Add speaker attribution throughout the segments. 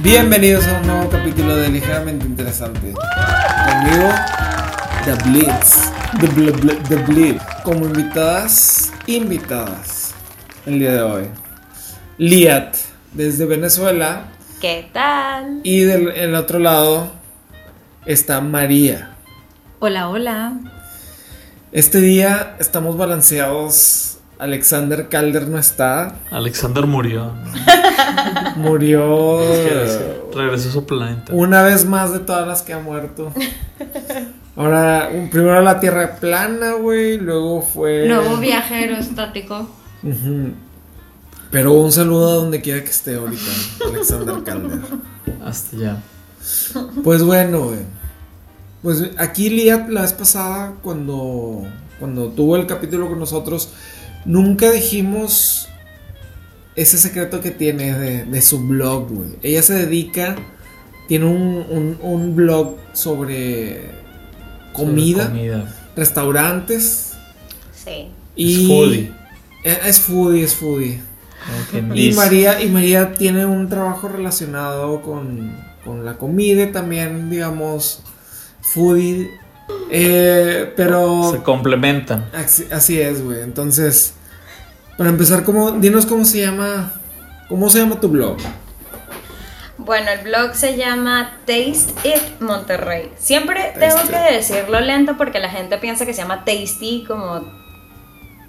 Speaker 1: Bienvenidos a un nuevo capítulo de Ligeramente Interesante. Conmigo, The Blitz. The, Bl- Bl- The Blitz. Como invitadas, invitadas. El día de hoy. Liat, desde Venezuela.
Speaker 2: ¿Qué tal?
Speaker 1: Y del el otro lado está María.
Speaker 2: Hola, hola.
Speaker 1: Este día estamos balanceados. Alexander Calder no está.
Speaker 3: Alexander murió.
Speaker 1: Murió
Speaker 3: Eh, Regresó a su planeta.
Speaker 1: Una vez más de todas las que ha muerto. Ahora, un- primero la Tierra plana, güey, luego fue...
Speaker 2: Nuevo viajero estático.
Speaker 1: Ujú. Pero un saludo a donde quiera que esté ahorita, Alexander Calder.
Speaker 3: Hasta ya.
Speaker 1: Pues bueno, güey. Pues aquí Liat la vez pasada, cuando, cuando tuvo el capítulo con nosotros, nunca dijimos ese secreto que tiene de, de su blog, güey. Ella se dedica, tiene un, un- un blog sobre comida,
Speaker 3: Sobre comida.
Speaker 1: restaurantes
Speaker 2: Sí.
Speaker 1: y...
Speaker 3: Es foodie.
Speaker 1: Eh, Es foodie, es foodie.
Speaker 3: Como quien
Speaker 1: Y
Speaker 3: dice.
Speaker 1: María, y María tiene un trabajo relacionado con, con la comida, también, digamos, foodie. Eh,
Speaker 3: Se
Speaker 1: pero
Speaker 3: complementan.
Speaker 1: así, así es, güey. Entonces, para empezar, ¿cómo, dinos cómo se llama. ¿Cómo se llama tu blog?
Speaker 2: Bueno, el blog se llama Taste It Monterrey. Siempre
Speaker 1: Taste
Speaker 2: tengo
Speaker 1: It.
Speaker 2: que decirlo lento porque la gente piensa que se llama Tasty como,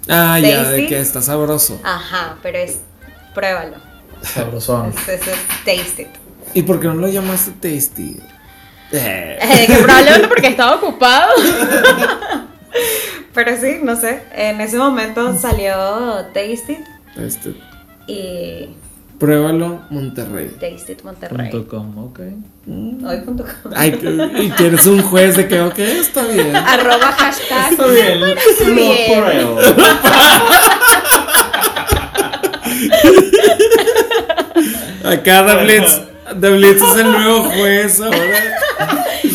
Speaker 1: Ah, ya, de
Speaker 2: Tasty.
Speaker 1: que está sabroso.
Speaker 2: ajá, pero es pruébalo.
Speaker 3: Sabrosón.
Speaker 2: Eso es Taste It.
Speaker 1: ¿Y por qué no lo llamaste Tasty? Eh,
Speaker 2: Eh, que probablemente porque estaba ocupado. pero sí, no sé. En ese momento salió Taste It
Speaker 1: este,
Speaker 2: y
Speaker 1: pruébalo, Monterrey.
Speaker 2: Taste It Monterrey.
Speaker 3: Punto com, ok.
Speaker 2: Hoy punto com.
Speaker 1: Ay, que- y que eres un juez de que, ok, está bien.
Speaker 2: Arroba hashtag.
Speaker 3: Lo
Speaker 2: Bien.
Speaker 3: pruebo.
Speaker 1: Acá The Blitz, The Blitz es el nuevo juez ahora.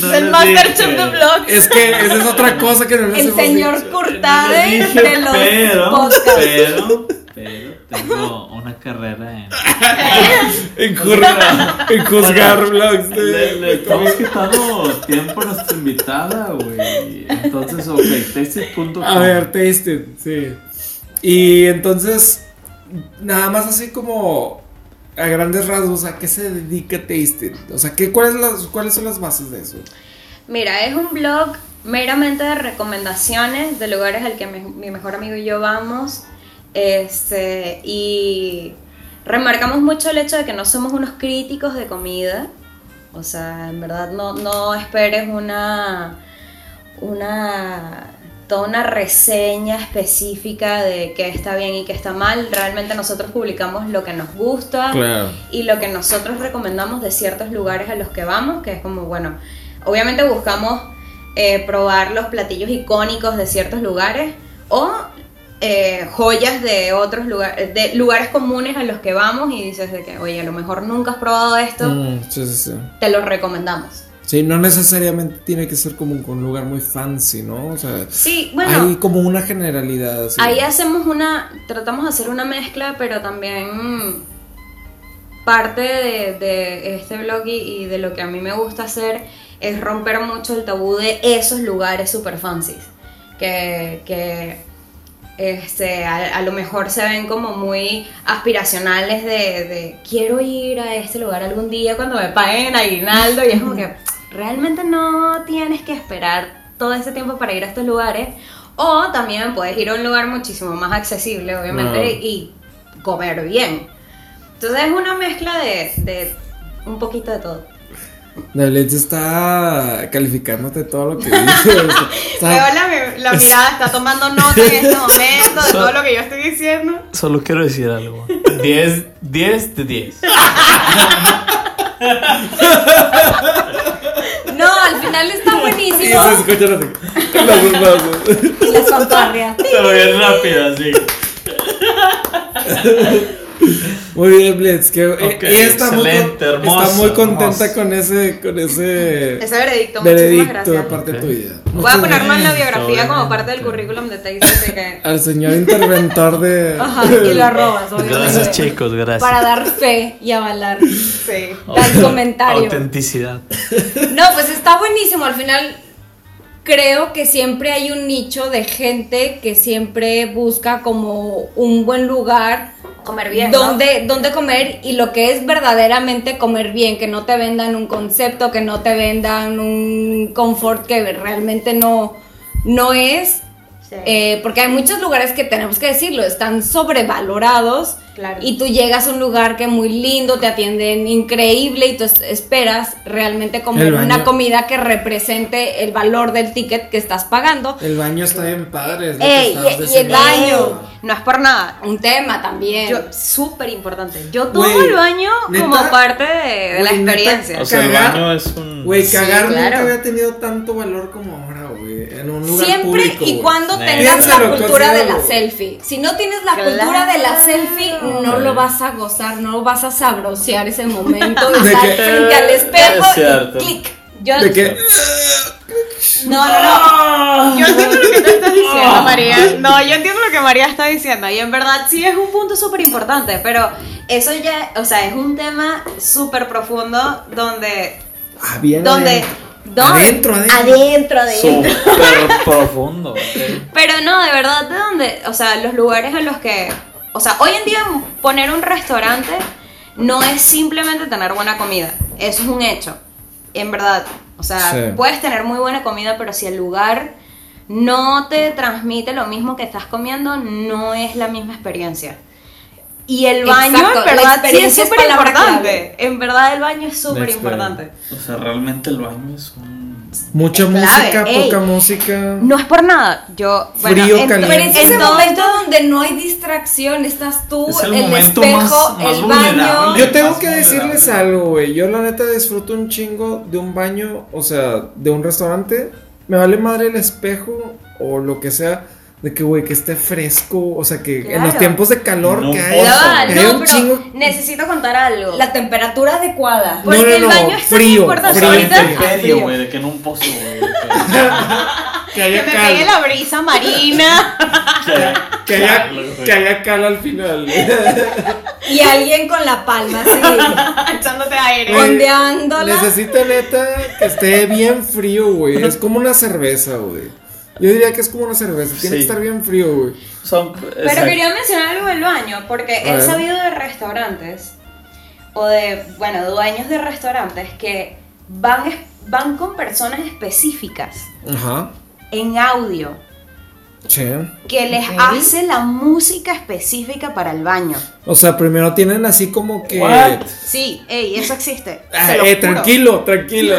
Speaker 3: No
Speaker 2: el
Speaker 3: les
Speaker 2: Masterchef
Speaker 3: dije.
Speaker 2: de blogs.
Speaker 1: Es que esa es otra cosa que no les
Speaker 2: El
Speaker 1: hemos
Speaker 2: señor
Speaker 1: dicho.
Speaker 3: No les
Speaker 2: Curtade
Speaker 3: dije,
Speaker 2: de los
Speaker 3: pero,
Speaker 2: podcasts.
Speaker 3: pero, pero tengo una carrera en.
Speaker 1: En, juzgar- en juzgar blogs de-
Speaker 3: Le, le estamos quitando tiempo a nuestra invitada, güey. Entonces, ok, tasty.com.
Speaker 1: A ver, tasted, sí. Y entonces, nada más así como a grandes rasgos, ¿a qué se dedica Tasted? O sea, ¿qué, cuáles las, ¿cuáles son las bases de eso?
Speaker 2: Mira, es un blog meramente de recomendaciones de lugares al que me- mi mejor amigo y yo vamos. Este, y remarcamos mucho el hecho de que no somos unos críticos de comida. O sea, en verdad no, no esperes una. una. toda una reseña específica de qué está bien y qué está mal. Realmente nosotros publicamos lo que nos gusta
Speaker 1: Claro.
Speaker 2: y lo que nosotros recomendamos de ciertos lugares a los que vamos, que es como, bueno, obviamente buscamos eh, probar los platillos icónicos de ciertos lugares o eh, joyas de otros lugares, de lugares comunes a los que vamos y dices de que, oye, a lo mejor nunca has probado esto,
Speaker 1: Mm, sí, sí, sí.
Speaker 2: te lo recomendamos.
Speaker 1: Sí, no necesariamente tiene que ser como un lugar muy fancy, ¿no? O sea,
Speaker 2: Sí, bueno.
Speaker 1: hay como una generalidad. así.
Speaker 2: Ahí hacemos una, tratamos de hacer una mezcla, pero también parte de, de este blog y, y de lo que a mí me gusta hacer es romper mucho el tabú de esos lugares super fancies, que, que, este, a, a lo mejor se ven como muy aspiracionales de, de quiero ir a este lugar algún día cuando me paguen aguinaldo y es como que realmente no tienes que esperar todo ese tiempo para ir a estos lugares o también puedes ir a un lugar muchísimo más accesible obviamente
Speaker 1: Claro.
Speaker 2: y comer bien. Entonces es una mezcla de, de un poquito de todo.
Speaker 1: La leche está calificándote todo lo que dices. o sea,
Speaker 2: Veo la, la mirada, está tomando nota en este momento de todo lo que yo estoy diciendo.
Speaker 3: Solo quiero decir algo. 10, 10 de 10.
Speaker 2: No, al final está
Speaker 1: y
Speaker 2: buenísimo.
Speaker 1: se escucha la- los vasos.
Speaker 2: Y las fanfarrias.
Speaker 3: Pero bien rápida, sí.
Speaker 1: Muy bien, Blitz. Que, eh,
Speaker 4: Ok,
Speaker 1: ella está muy, con-
Speaker 4: excelente, hermoso,
Speaker 1: está muy contenta
Speaker 4: hermoso.
Speaker 1: con ese, con ese,
Speaker 2: Ese veredicto, muchísimas
Speaker 1: veredicto de
Speaker 2: gracias.
Speaker 1: parte
Speaker 4: Ok.
Speaker 1: tuya.
Speaker 2: Voy a ponerlo en la
Speaker 4: Obviamente.
Speaker 2: biografía como parte del currículum de Taylor de que.
Speaker 1: Al señor interventor de.
Speaker 2: Ajá, y lo arrobas, obviamente.
Speaker 4: Gracias, chicos, gracias.
Speaker 5: Para dar fe y avalar
Speaker 2: Sí.
Speaker 5: tal comentario.
Speaker 4: Autenticidad.
Speaker 5: No, pues está buenísimo. Al final creo que siempre hay un nicho de gente que siempre busca como un buen lugar
Speaker 2: Comer bien. ¿no?
Speaker 5: donde, donde comer y lo que es verdaderamente comer bien, que no te vendan un concepto, que no te vendan un confort que realmente no, no es.
Speaker 2: Sí.
Speaker 5: Eh, porque hay muchos lugares que tenemos que decirlo, están sobrevalorados
Speaker 2: Claro.
Speaker 5: y tú llegas a un lugar que muy lindo, te atienden increíble y tú es- esperas realmente comer
Speaker 1: El baño.
Speaker 5: una comida que represente el valor del ticket que estás pagando.
Speaker 1: El baño está bien padre. es lo que
Speaker 5: Ey,
Speaker 1: estabas
Speaker 5: y- y el
Speaker 1: diciendo.
Speaker 5: baño.
Speaker 2: No es por nada.
Speaker 5: Un tema también.
Speaker 2: Yo, súper importante. Yo tomo
Speaker 1: Güey,
Speaker 2: el baño como
Speaker 1: ¿neta?
Speaker 2: parte de, de la
Speaker 1: Güey, ¿neta?
Speaker 2: experiencia.
Speaker 4: O sea, el
Speaker 1: Cagar.
Speaker 4: baño es un.
Speaker 1: Güey, cagar
Speaker 2: Sí, claro.
Speaker 1: nunca había tenido tanto valor como ahora, güey. En un lugar
Speaker 5: Siempre
Speaker 1: público,
Speaker 5: y
Speaker 1: güey.
Speaker 5: cuando
Speaker 4: Nah.
Speaker 5: tengas la
Speaker 1: Piénsalo,
Speaker 5: cultura de la
Speaker 1: considéralo.
Speaker 5: selfie. Si no tienes la
Speaker 2: Claro.
Speaker 5: cultura de la selfie, no lo vas a gozar, no vas a sabrosear ese momento de
Speaker 1: De
Speaker 5: estar
Speaker 1: que-
Speaker 5: frente al espejo
Speaker 4: Es
Speaker 5: y
Speaker 4: cierto.
Speaker 5: clic. Yo
Speaker 1: De que.
Speaker 5: no, no, no.
Speaker 2: Yo entiendo lo que tú estás diciendo, María. No, yo entiendo lo que María está diciendo. Y en verdad sí es un punto súper importante. Pero eso ya, o sea, es un tema súper profundo donde.
Speaker 1: Ah, bien.
Speaker 2: donde
Speaker 1: adentro.
Speaker 2: donde-
Speaker 1: Adentro, adentro.
Speaker 2: Adentro, adentro.
Speaker 4: Súper profundo. ok.
Speaker 2: Pero no, de verdad, de donde, o sea, los lugares en los que, o sea, hoy en día poner un restaurante no es simplemente tener buena comida, eso es un hecho, en verdad, o sea,
Speaker 1: Sí.
Speaker 2: puedes tener muy buena comida, pero si el lugar no te transmite lo mismo que estás comiendo, no es la misma experiencia. Y el baño,
Speaker 5: Exacto,
Speaker 2: en
Speaker 5: la
Speaker 2: verdad, sí es
Speaker 5: experiencia es
Speaker 2: súper
Speaker 5: palabra
Speaker 2: importante. En verdad, el baño es súper importante.
Speaker 4: Este, O sea, realmente el baño es un.
Speaker 1: Mucha
Speaker 2: Es
Speaker 1: música,
Speaker 2: clave, ey.
Speaker 1: poca música.
Speaker 2: No es por nada. Yo, bueno,
Speaker 1: Frío,
Speaker 2: en-
Speaker 1: caliente.
Speaker 5: Pero es ese
Speaker 2: en todo
Speaker 5: momento donde no hay distracción, estás tú,
Speaker 4: Es el
Speaker 5: el,
Speaker 4: momento
Speaker 5: espejo,
Speaker 4: más- más
Speaker 5: el baño.
Speaker 4: vulnerable.
Speaker 1: Yo tengo
Speaker 4: Más
Speaker 1: que
Speaker 4: vulnerable.
Speaker 1: decirles algo, güey. Yo la neta disfruto un chingo de un baño, o sea, de un restaurante. Me vale madre el espejo o lo que sea. De que, güey, que esté fresco. O sea, que en los
Speaker 2: Claro.
Speaker 1: tiempos de calor
Speaker 4: No,
Speaker 1: que hay,
Speaker 4: por
Speaker 2: Ya va,
Speaker 1: que
Speaker 4: favor.
Speaker 1: hay
Speaker 2: no,
Speaker 1: un
Speaker 2: pero
Speaker 1: chingo.
Speaker 2: necesito contar algo.
Speaker 5: La temperatura adecuada.
Speaker 2: porque
Speaker 1: no, no,
Speaker 2: el
Speaker 1: no,
Speaker 2: baño es tan
Speaker 1: frío,
Speaker 4: O
Speaker 2: importante
Speaker 4: sea, la
Speaker 1: frío,
Speaker 2: ahorita.
Speaker 1: frío.
Speaker 4: intemperie,
Speaker 5: frío.
Speaker 4: güey, de que en un pozo, güey. de
Speaker 1: Que
Speaker 2: Que
Speaker 1: haya
Speaker 2: me
Speaker 1: cal.
Speaker 2: pegue la brisa marina.
Speaker 4: que-
Speaker 1: Que haya, que haya cal al final.
Speaker 5: Y alguien con la palma así,
Speaker 2: echándote aire.
Speaker 1: Güey,
Speaker 5: ondeándola.
Speaker 1: Necesito neta que esté bien frío, güey. Es como una cerveza, güey. Yo diría que es como una cerveza. Tiene que
Speaker 4: Sí.
Speaker 1: estar bien frío, güey.
Speaker 4: Son-
Speaker 2: Pero
Speaker 4: exacto.
Speaker 2: quería mencionar algo del baño, porque
Speaker 1: A
Speaker 2: he
Speaker 1: ver.
Speaker 2: sabido de restaurantes o de, bueno, dueños de restaurantes que van, es- van con personas específicas
Speaker 1: Ajá.
Speaker 2: en audio
Speaker 1: Sí.
Speaker 2: que les
Speaker 5: Ok.
Speaker 2: hace la música específica para el baño.
Speaker 1: O sea, primero tienen así como que.
Speaker 4: What?
Speaker 2: Sí, ey, eso existe.
Speaker 1: Ah,
Speaker 2: se lo
Speaker 1: eh,
Speaker 2: juro.
Speaker 1: tranquilo, tranquilo.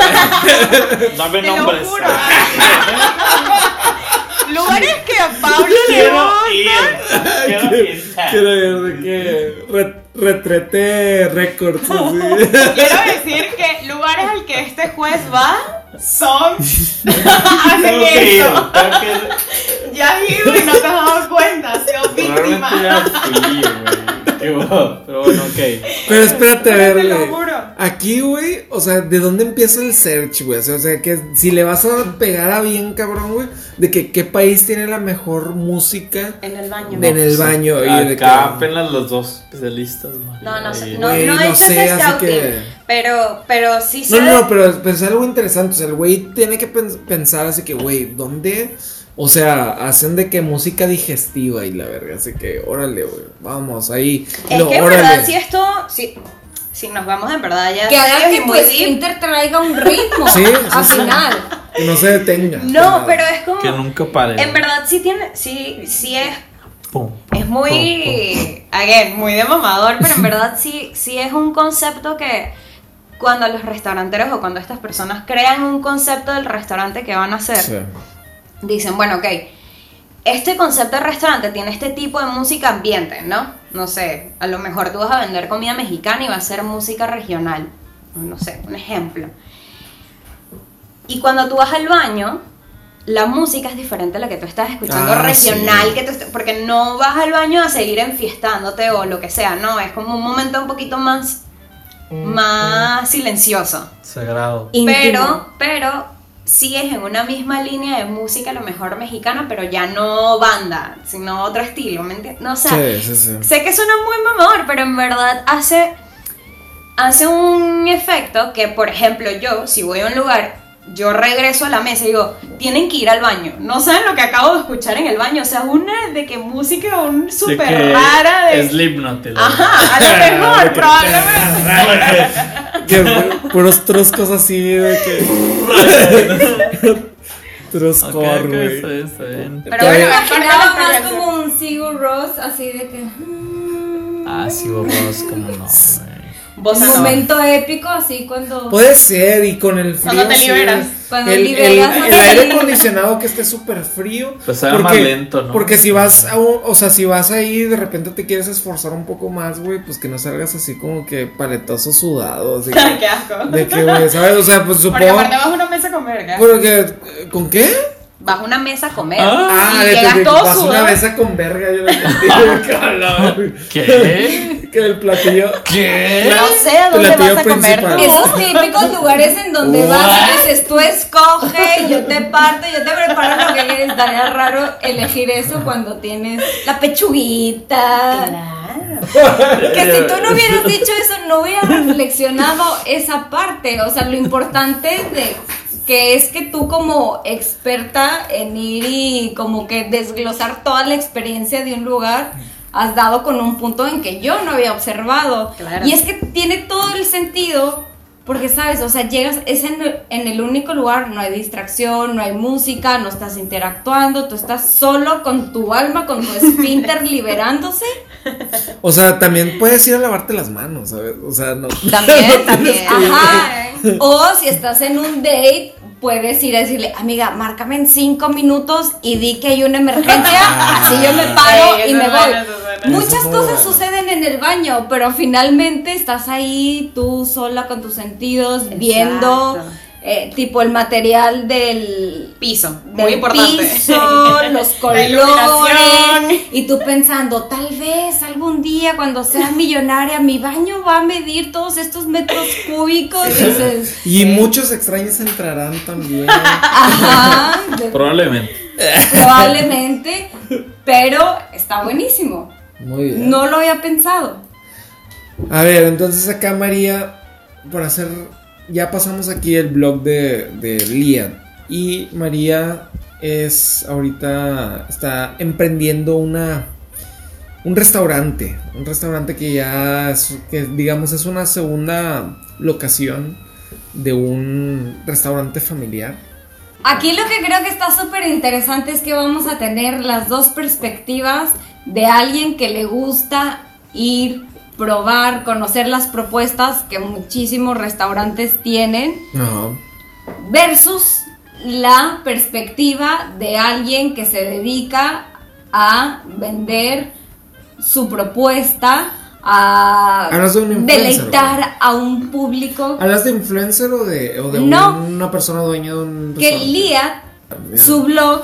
Speaker 4: Dame
Speaker 2: Te lo
Speaker 4: nombres.
Speaker 2: juro. ¿eh? Lugares que a Pablo le
Speaker 4: Quiero ir. Quiero ir.
Speaker 1: Quiero ver de qué. Re- retrete records. así.
Speaker 2: Quiero decir que lugares al que este juez va son. Hacen
Speaker 4: Tengo que ir,
Speaker 2: eso.
Speaker 4: tengo que ir.
Speaker 2: Ya has ido y no te has dado cuenta, has sido
Speaker 4: Probablemente
Speaker 2: víctima.
Speaker 4: ya fui, güey. Qué guapo. Pero bueno, ok.
Speaker 1: Pero espérate, a ver,
Speaker 2: Te lo
Speaker 1: güey.
Speaker 2: juro.
Speaker 1: Aquí, güey, o sea, ¿de dónde empieza el search, güey? O sea, o sea, que si le vas a pegar a bien, cabrón, güey, de que qué país tiene la mejor música
Speaker 2: En el baño.
Speaker 1: en el baño. y de que-
Speaker 4: pues, Acá apenas los dos especialistas, man.
Speaker 2: No, no sé.
Speaker 4: Ahí.
Speaker 2: No,
Speaker 1: Güey,
Speaker 2: no,
Speaker 1: no
Speaker 2: he hecho
Speaker 1: sé,
Speaker 2: ese
Speaker 1: así
Speaker 2: outing,
Speaker 1: que-
Speaker 2: Pero, pero sí sé.
Speaker 1: No, no, no, pero, pero es algo interesante. O sea, el güey tiene que pens- pensar así que, güey, ¿dónde? O sea, hacen de que música digestiva y la verga. Así que, órale, güey, vamos, ahí.
Speaker 2: Es
Speaker 1: Lo-
Speaker 2: que en
Speaker 1: órale.
Speaker 2: verdad, si esto. Si, si nos vamos en verdad ya.
Speaker 5: Que haga
Speaker 2: serios y
Speaker 5: que pues, tu
Speaker 2: muy deep,
Speaker 5: esfínter traiga un ritmo
Speaker 1: Sí, sí,
Speaker 5: al
Speaker 1: sí.
Speaker 5: final.
Speaker 1: Que no se detenga.
Speaker 2: No, pero es como.
Speaker 4: Que nunca pare.
Speaker 2: En verdad sí tiene. Sí, sí es
Speaker 4: Pum, pum,
Speaker 2: Es
Speaker 4: pum,
Speaker 1: Oh,
Speaker 2: muy, again, muy de mamador, pero en verdad sí, sí es un concepto que cuando los restauranteros o cuando estas personas crean un concepto del restaurante que van a hacer,
Speaker 1: Sí.
Speaker 2: dicen, bueno, ok, este concepto de restaurante tiene este tipo de música ambiente, ¿no? No sé, a lo mejor tú vas a vender comida mexicana y va a ser música regional, no sé, un ejemplo. Y cuando tú vas al baño, la música es diferente a la que tú estás escuchando
Speaker 1: Ah,
Speaker 2: regional,
Speaker 1: sí.
Speaker 2: que tú est- porque no vas al baño a seguir enfiestándote o lo que sea, no, es como un momento un poquito más, más silencioso.
Speaker 4: Sagrado.
Speaker 5: Íntimo.
Speaker 2: Pero, pero sí es en una misma línea de música, a lo mejor mexicana, pero ya no banda, sino otro estilo, ¿me entiendes? No, o sea,
Speaker 1: sí, sí, sí.
Speaker 2: sé que suena muy mamador, pero en verdad hace, hace un efecto que, por ejemplo, yo, si voy a un lugar, yo regreso a la mesa y digo, tienen que ir al baño. No saben lo que acabo de escuchar en el baño. O sea, una de que música un
Speaker 4: De
Speaker 2: súper
Speaker 4: que
Speaker 2: rara de...
Speaker 4: Slipknot. te lo-
Speaker 2: Ajá, a lo mejor, probablemente.
Speaker 1: Que pu- puros troscos así de que.
Speaker 3: Ok,
Speaker 1: Troscor,
Speaker 3: ok,
Speaker 1: güey.
Speaker 3: está bien, está bien.
Speaker 2: Pero
Speaker 1: Yo
Speaker 2: bueno,
Speaker 1: me
Speaker 2: es parte de la
Speaker 5: Imaginaba más
Speaker 2: experiencia.
Speaker 5: como un Sigur Ross, así de que. mm,
Speaker 4: Ah, sí, vos, como no, güey.
Speaker 2: Vos
Speaker 5: Un
Speaker 2: Ah, no.
Speaker 5: momento épico, así cuando.
Speaker 1: Puede ser, y con el frío.
Speaker 2: Cuando te
Speaker 1: sí.
Speaker 2: liberas.
Speaker 5: Cuando
Speaker 1: el,
Speaker 5: liberas,
Speaker 1: el-
Speaker 5: ¿no?
Speaker 1: el aire acondicionado que esté súper frío.
Speaker 4: Pues era más lento, ¿no?
Speaker 1: Porque si vas a un- o sea, si vas ahí y de repente te quieres esforzar un poco más, güey, pues que no salgas así como que paletoso sudado. Así que-
Speaker 2: Qué asco.
Speaker 1: de que, güey, ¿sabes? O sea, pues
Speaker 2: Porque
Speaker 1: supongo.
Speaker 2: aparte vas a una mesa a comer, ¿qué?
Speaker 1: Porque, ¿con qué?
Speaker 2: Vas a una mesa a comer.
Speaker 1: Ah,
Speaker 2: y
Speaker 1: de
Speaker 2: llegas
Speaker 1: que
Speaker 2: todo
Speaker 1: vas una
Speaker 2: sudado.
Speaker 1: mesa con verga, yo lo entendí, cabrón.
Speaker 4: ¿Qué?
Speaker 1: Que el platillo.
Speaker 4: ¿Qué?
Speaker 2: No sé a dónde
Speaker 1: Platillo
Speaker 2: vas a comer.
Speaker 1: principal.
Speaker 2: ¿no?
Speaker 5: Esos típicos lugares en donde
Speaker 4: What?
Speaker 5: vas y dices, tú escoge, yo te parto, yo te preparo lo que quieres. Estaría raro elegir eso cuando tienes la pechuguita. Que si tú no hubieras dicho eso, no hubieras reflexionado esa parte. O sea, lo importante de que es que tú como experta en ir y como que desglosar toda la experiencia de un lugar, has dado con un punto en que yo no había observado.
Speaker 2: Claro.
Speaker 5: Y es que tiene todo el sentido. Porque sabes, o sea, llegas, es en, en el único lugar, no hay distracción, no hay música, no estás interactuando, tú estás solo con tu alma, con tu esfínter liberándose.
Speaker 1: O sea, también puedes ir a lavarte las manos, ¿sabes? O sea, no.
Speaker 5: También, también. Ajá. Este, O si estás en un date, puedes ir a decirle, amiga, márcame en cinco minutos y di que hay una emergencia, así yo me paro
Speaker 2: Sí,
Speaker 5: y
Speaker 2: eso
Speaker 5: me
Speaker 2: es
Speaker 5: voy.
Speaker 2: bueno, eso es bueno.
Speaker 1: Eso
Speaker 5: Muchas
Speaker 1: es muy
Speaker 5: cosas
Speaker 1: bueno.
Speaker 5: suceden en el baño, pero finalmente estás ahí tú sola con tus sentidos, viendo
Speaker 2: Exacto.
Speaker 5: eh, tipo el material del
Speaker 2: Piso, muy
Speaker 5: del
Speaker 2: importante.
Speaker 5: piso, los colores
Speaker 2: iluminación.
Speaker 5: y tú pensando tal vez algún día cuando sea millonaria mi baño va a medir todos estos metros cúbicos y dices
Speaker 1: Y muchos extraños entrarán también.
Speaker 5: ajá de-
Speaker 4: Probablemente.
Speaker 5: probablemente pero está buenísimo
Speaker 1: Muy bien.
Speaker 5: no lo había pensado
Speaker 1: A ver, entonces acá María, por hacer, ya pasamos aquí el blog de, de Lian. Y María es ahorita, está emprendiendo una, un restaurante, un restaurante que ya, es- que digamos es una segunda locación de un restaurante familiar.
Speaker 5: Aquí lo que creo que está súper interesante es que vamos a tener las dos perspectivas de alguien que le gusta ir, probar, conocer las propuestas que muchísimos restaurantes tienen
Speaker 1: No.
Speaker 5: versus la perspectiva de alguien que se dedica a vender su propuesta, a
Speaker 1: Hablas de un influencer,
Speaker 5: deleitar a un público
Speaker 1: ¿Hablas de influencer o de, o de
Speaker 5: No.
Speaker 1: un- una persona dueña de un
Speaker 5: que
Speaker 1: restaurante?
Speaker 5: Lía, su blog,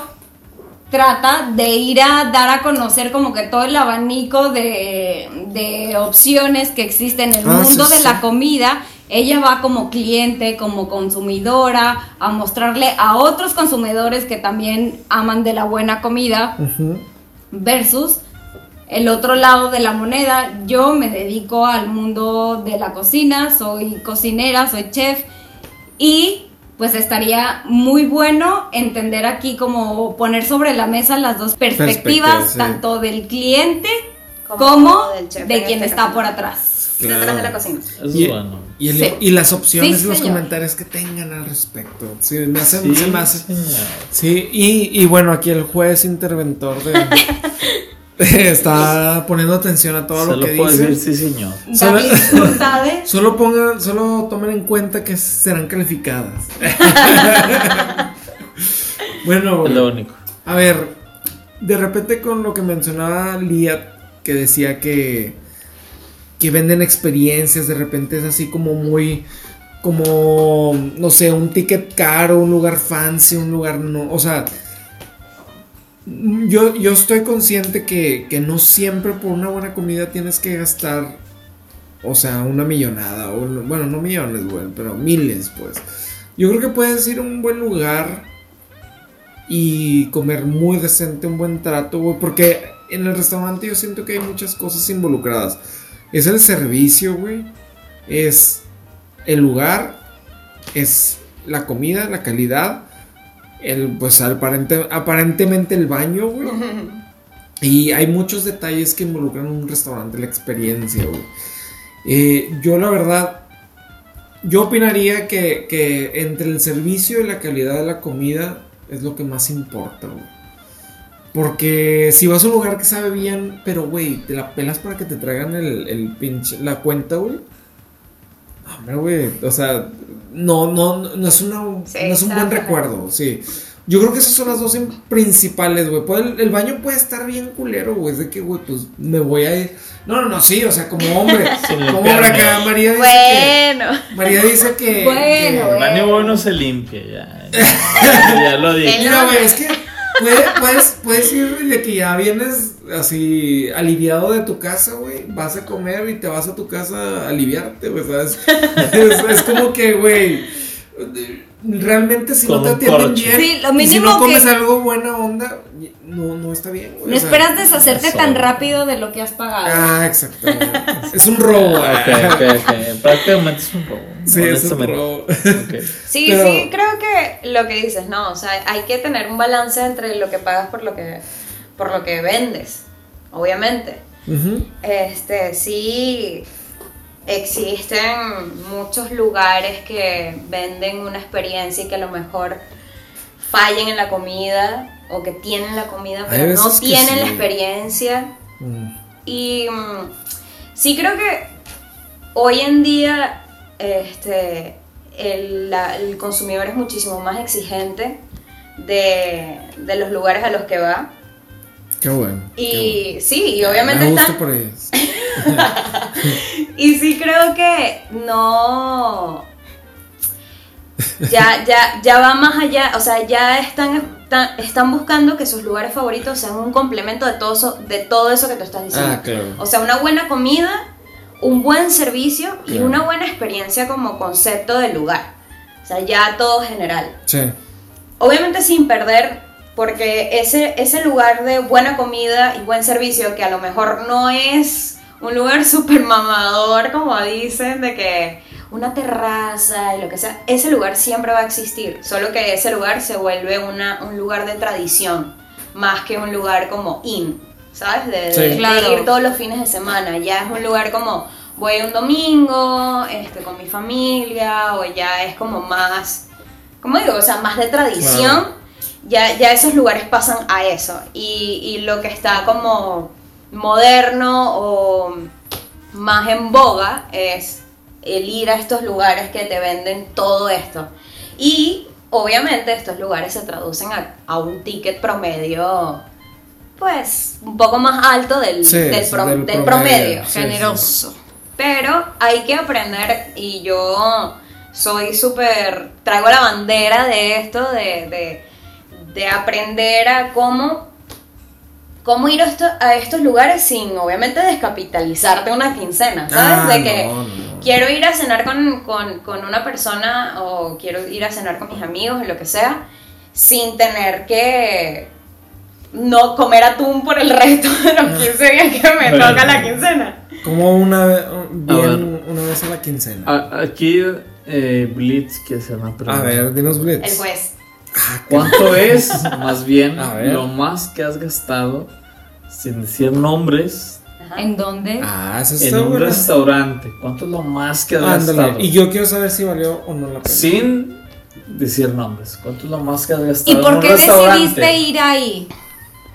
Speaker 5: trata de ir a dar a conocer como que todo el abanico de, de opciones que existen en el
Speaker 1: Ah, sí,
Speaker 5: mundo de
Speaker 1: sí.
Speaker 5: la comida. Ella va como cliente, como consumidora, a mostrarle a otros consumidores que también aman de la buena comida
Speaker 1: Ujú.
Speaker 5: versus el otro lado de la moneda. Yo me dedico al mundo de la cocina, soy cocinera, soy chef y pues estaría muy bueno entender aquí como poner sobre la mesa las dos perspectivas,
Speaker 1: Perspectivas, sí.
Speaker 5: tanto del cliente
Speaker 2: Como
Speaker 5: como,
Speaker 2: del chef
Speaker 5: de
Speaker 2: en
Speaker 5: quien
Speaker 2: este
Speaker 5: está
Speaker 2: caso.
Speaker 5: por atrás.
Speaker 2: Detrás de la cocina.
Speaker 4: Eso
Speaker 1: Y-
Speaker 4: es bueno.
Speaker 1: Y, el-
Speaker 5: Sí.
Speaker 1: y las opciones
Speaker 5: Sí,
Speaker 1: y los
Speaker 5: señor.
Speaker 1: comentarios que tengan al respecto. Sí, me hace,
Speaker 4: Sí,
Speaker 1: se me hace-
Speaker 4: señor.
Speaker 1: Sí, y, y bueno, aquí el juez interventor de, está poniendo atención a todo
Speaker 4: Se
Speaker 1: lo que
Speaker 4: lo puedo
Speaker 1: dice.
Speaker 4: decir, sí, señor.
Speaker 1: Solo-
Speaker 5: David ¿eh? Furtade.
Speaker 1: Solo pongan, solo tomen en cuenta que serán calificadas. bueno,
Speaker 4: Es lo único.
Speaker 1: a ver, de repente con lo que mencionaba Liat, que decía que, que venden experiencias, de repente es así como muy, como, no sé, un ticket caro, un lugar fancy, un lugar no, o sea, yo, yo estoy consciente que, que no siempre por una buena comida tienes que gastar, o sea, una millonada, o, lo- bueno, no millones, güey, pero miles, pues. Yo creo que puedes ir a un buen lugar y comer muy decente, un buen trato, güey, porque en el restaurante yo siento que hay muchas cosas involucradas. Es el servicio, güey, es el lugar, es la comida, la calidad, el, pues aparente- aparentemente el baño, güey. Y hay muchos detalles que involucran un restaurante, la experiencia, güey. Eh, yo la verdad, yo opinaría que, que entre el servicio y la calidad de la comida es lo que más importa, güey. Porque si vas a un lugar que sabe bien, pero güey, te la pelas para que te traigan el, el pinche, la cuenta, güey. No, Hombre, güey, o sea, no, no, no- no es, una,
Speaker 2: Sí,
Speaker 1: no es un buen
Speaker 2: está-
Speaker 1: recuerdo, sí. Yo creo que esas son las dos im- principales, güey. Puede- El, baño puede estar bien culero, güey. Es de que, güey, pues me voy a ir. No, no, no, sí, o sea, como hombre. como hombre acá, María dice que-
Speaker 2: Bueno,
Speaker 1: María dice que.
Speaker 5: Bueno,
Speaker 1: que-
Speaker 5: güey.
Speaker 4: Dani Boy no se limpia, ya. Ya lo dije.
Speaker 1: Mira, güey, es que. puede- Puedes, puedes ir de que ya vienes así aliviado de tu casa, güey. Vas a comer y te vas a tu casa a aliviarte, güey, ¿sabes? Es, es como que, güey. Realmente si no
Speaker 4: Con
Speaker 1: te
Speaker 4: un
Speaker 1: atienden
Speaker 4: corcho.
Speaker 1: bien
Speaker 5: Sí, lo
Speaker 1: y si
Speaker 5: mínimo
Speaker 1: no comes
Speaker 5: que-
Speaker 1: algo buena onda, no, no está bien, güey.
Speaker 5: No
Speaker 1: o sea,
Speaker 5: esperas deshacerte
Speaker 4: eso.
Speaker 5: tan rápido de lo que has pagado.
Speaker 1: Ah, exactamente. es un robo.
Speaker 4: Ah, Ok, ok, ok. Prácticamente es un robo.
Speaker 1: Sí, es un
Speaker 4: honestamente.
Speaker 1: robo.
Speaker 4: Ok.
Speaker 2: sí,
Speaker 1: Pero-
Speaker 2: sí, creo que lo que dices, no, o sea, hay que tener un balance entre lo que pagas por lo que, por lo que vendes, obviamente.
Speaker 1: Ujú.
Speaker 2: Este, sí, existen muchos lugares que venden una experiencia y que a lo mejor fallen en la comida o que tienen la comida
Speaker 1: Hay
Speaker 2: pero no
Speaker 1: veces que
Speaker 2: tienen la
Speaker 1: sí.
Speaker 2: experiencia.
Speaker 1: Mm.
Speaker 2: Y mm, sí creo que hoy en día este, el, la- el consumidor es muchísimo más exigente de, de los lugares a los que va.
Speaker 1: Qué bueno. qué
Speaker 2: Y sí, y
Speaker 1: bueno.
Speaker 2: obviamente
Speaker 1: Me gusta
Speaker 2: están
Speaker 1: por ellos.
Speaker 2: Y sí creo que no. Ya, ya, ya va más allá, o sea, ya están, están, están buscando que sus lugares favoritos sean un complemento de todo eso, de todo eso que tú estás diciendo.
Speaker 1: Ah, claro.
Speaker 2: O sea, una buena comida, un buen servicio y
Speaker 1: Claro.
Speaker 2: una buena experiencia como concepto del lugar. O sea, ya todo general.
Speaker 1: Sí.
Speaker 2: Obviamente sin perder, porque ese, ese lugar de buena comida y buen servicio, que a lo mejor no es un lugar súper mamador, como dicen, de que una terraza y lo que sea, ese lugar siempre va a existir, solo que ese lugar se vuelve una, un lugar de tradición, más que un lugar como in, ¿sabes? De, de-
Speaker 1: Sí.
Speaker 2: de
Speaker 5: Claro.
Speaker 2: ir todos los fines de semana, ya es un lugar como voy un domingo este, con mi familia, o ya es como más... ¿cómo digo? O sea, más de tradición, ya, ya esos lugares pasan a eso. Y, y lo que está como moderno o más en boga es el ir a estos lugares que te venden todo esto. Y obviamente estos lugares se traducen a, a un ticket promedio, pues, un poco más alto del,
Speaker 1: Sí,
Speaker 2: del
Speaker 1: sí,
Speaker 2: pro-
Speaker 1: del
Speaker 2: del
Speaker 1: promedio.
Speaker 2: promedio.
Speaker 1: Sí,
Speaker 5: Generoso.
Speaker 2: Pero hay que aprender y yo soy súper, traigo la bandera de esto, de, de- de aprender a cómo, cómo ir a, esto- a estos lugares sin obviamente descapitalizarte una quincena, ¿sabes?
Speaker 1: Ah,
Speaker 2: de que
Speaker 1: no, no, no.
Speaker 2: quiero ir a cenar con, con- con una persona o quiero ir a cenar con mis amigos o lo que sea, sin tener que no comer atún por el resto de
Speaker 1: Ah.
Speaker 2: los 15 días que me
Speaker 4: Bueno.
Speaker 2: toca la quincena.
Speaker 1: Como una, ve- bien,
Speaker 3: ver.
Speaker 1: una vez a la quincena.
Speaker 3: A- aquí eh, Blitz que se llama
Speaker 1: A ver, dinos
Speaker 2: El
Speaker 1: Blitz.
Speaker 2: juez.
Speaker 3: ¿Cuánto es, más bien,
Speaker 1: A ver.
Speaker 3: lo más que has gastado, sin decir nombres,
Speaker 2: Ajá.
Speaker 5: ¿En dónde?
Speaker 1: Ah, eso
Speaker 3: en
Speaker 1: está
Speaker 3: un
Speaker 1: bueno.
Speaker 3: restaurante? ¿Cuánto es lo más que has gastado?
Speaker 1: Ándale. Y yo quiero saber si valió o no la pena.
Speaker 3: Sin decir nombres, ¿cuánto es lo más que has
Speaker 5: ¿Y
Speaker 3: gastado? en
Speaker 5: por
Speaker 3: un
Speaker 5: qué
Speaker 3: restaurante?
Speaker 5: decidiste ir ahí?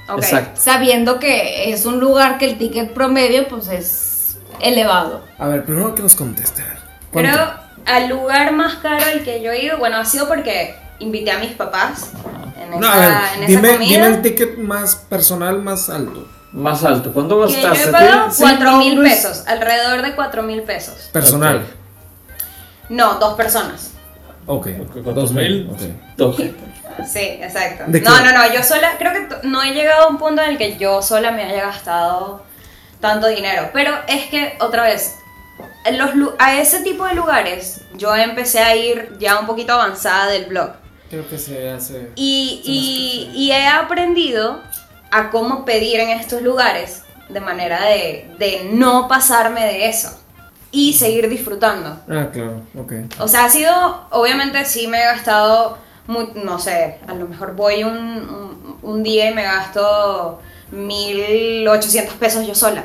Speaker 2: Ok.
Speaker 3: Exacto.
Speaker 5: Sabiendo que es un lugar que el ticket promedio pues es elevado.
Speaker 1: A ver, primero que nos conteste. a ver. ¿Cuánto?
Speaker 2: Pero al lugar más caro al que yo he ido, bueno, ha sido porque invité a mis papás en esa,
Speaker 1: No, a ver,
Speaker 2: en esa
Speaker 1: dime,
Speaker 2: comida.
Speaker 1: dime el ticket más personal, más alto.
Speaker 3: Más alto, ¿cuánto
Speaker 2: que yo
Speaker 3: gastaste?
Speaker 2: he pagado
Speaker 3: Sin
Speaker 2: 4 mil
Speaker 3: nombres.
Speaker 2: pesos, alrededor de 4 mil pesos.
Speaker 1: Personal.
Speaker 3: Ok.
Speaker 2: No, dos personas.
Speaker 1: Ok.
Speaker 4: Ok, ¿cuántos
Speaker 1: Dos mil.
Speaker 4: mil?
Speaker 1: ok.
Speaker 4: Dos.
Speaker 2: Sí, exacto.
Speaker 1: ¿De
Speaker 2: No,
Speaker 1: qué?
Speaker 2: no, no, yo sola, creo que t- no he llegado a un punto en el que yo sola me haya gastado tanto dinero. Pero es que, otra vez, los, lu- a ese tipo de lugares yo empecé a ir ya un poquito avanzada del blog.
Speaker 1: Creo que se hace.
Speaker 2: Y, y- y he aprendido a cómo pedir en estos lugares de manera de, de no pasarme de eso y seguir disfrutando.
Speaker 1: Ah, claro, ok.
Speaker 2: O sea, ha sido, obviamente sí me he gastado, mu- no sé, a lo mejor voy un, un, un día y me gasto 1.800 pesos yo sola.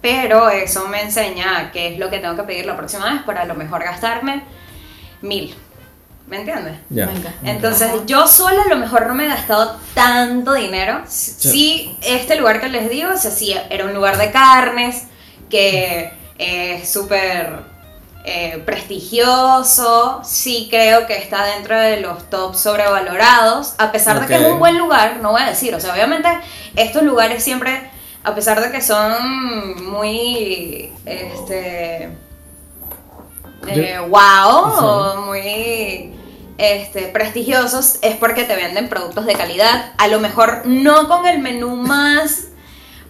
Speaker 2: Pero eso me enseña qué es lo que tengo que pedir la próxima vez para a lo mejor gastarme 1.000. ¿Me entiendes?
Speaker 1: Ya.
Speaker 5: Venga.
Speaker 2: Entonces, yo sola a lo mejor no me he gastado tanto dinero. Sí, este lugar que les digo, o sea, sí, era un lugar de carnes, que eh, es súper eh, prestigioso. Sí, creo que está dentro de los top sobrevalorados, a pesar de que es
Speaker 1: Ok.
Speaker 2: un buen lugar, no voy a decir. O sea, obviamente, estos lugares siempre, a pesar de que son muy. Este. Eh, wow, o muy este, prestigiosos, es porque te venden productos de calidad. A lo mejor no con el menú más,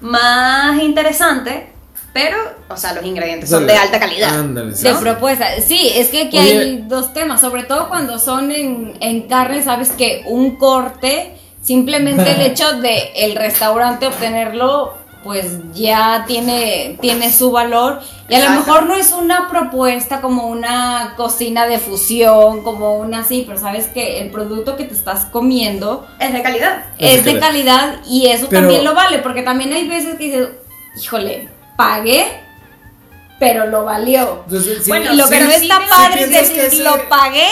Speaker 2: más interesante, pero, o sea, los ingredientes son de
Speaker 1: Ándale,
Speaker 2: alta calidad.
Speaker 1: ándale, sí.
Speaker 5: De propuesta. Sí, es que aquí
Speaker 1: Oye.
Speaker 5: hay dos temas, sobre todo cuando son en, en carne, sabes que un corte, simplemente el hecho de el restaurante obtenerlo, pues ya tiene, tiene su valor. Y a lo
Speaker 2: Exacto.
Speaker 5: mejor no es una propuesta como una cocina de fusión, como una así, pero sabes que el producto que te estás comiendo
Speaker 2: Es de calidad.
Speaker 5: es de calidad y eso
Speaker 1: Pero-
Speaker 5: también lo vale, porque también hay veces que dices, híjole, pagué, pero lo valió.
Speaker 1: Entonces, sí,
Speaker 2: Bueno,
Speaker 5: Y lo
Speaker 1: sí,
Speaker 5: que no
Speaker 1: sí
Speaker 5: está
Speaker 1: piensas
Speaker 5: padre es
Speaker 1: que
Speaker 5: decir,
Speaker 1: ese-
Speaker 5: lo pagué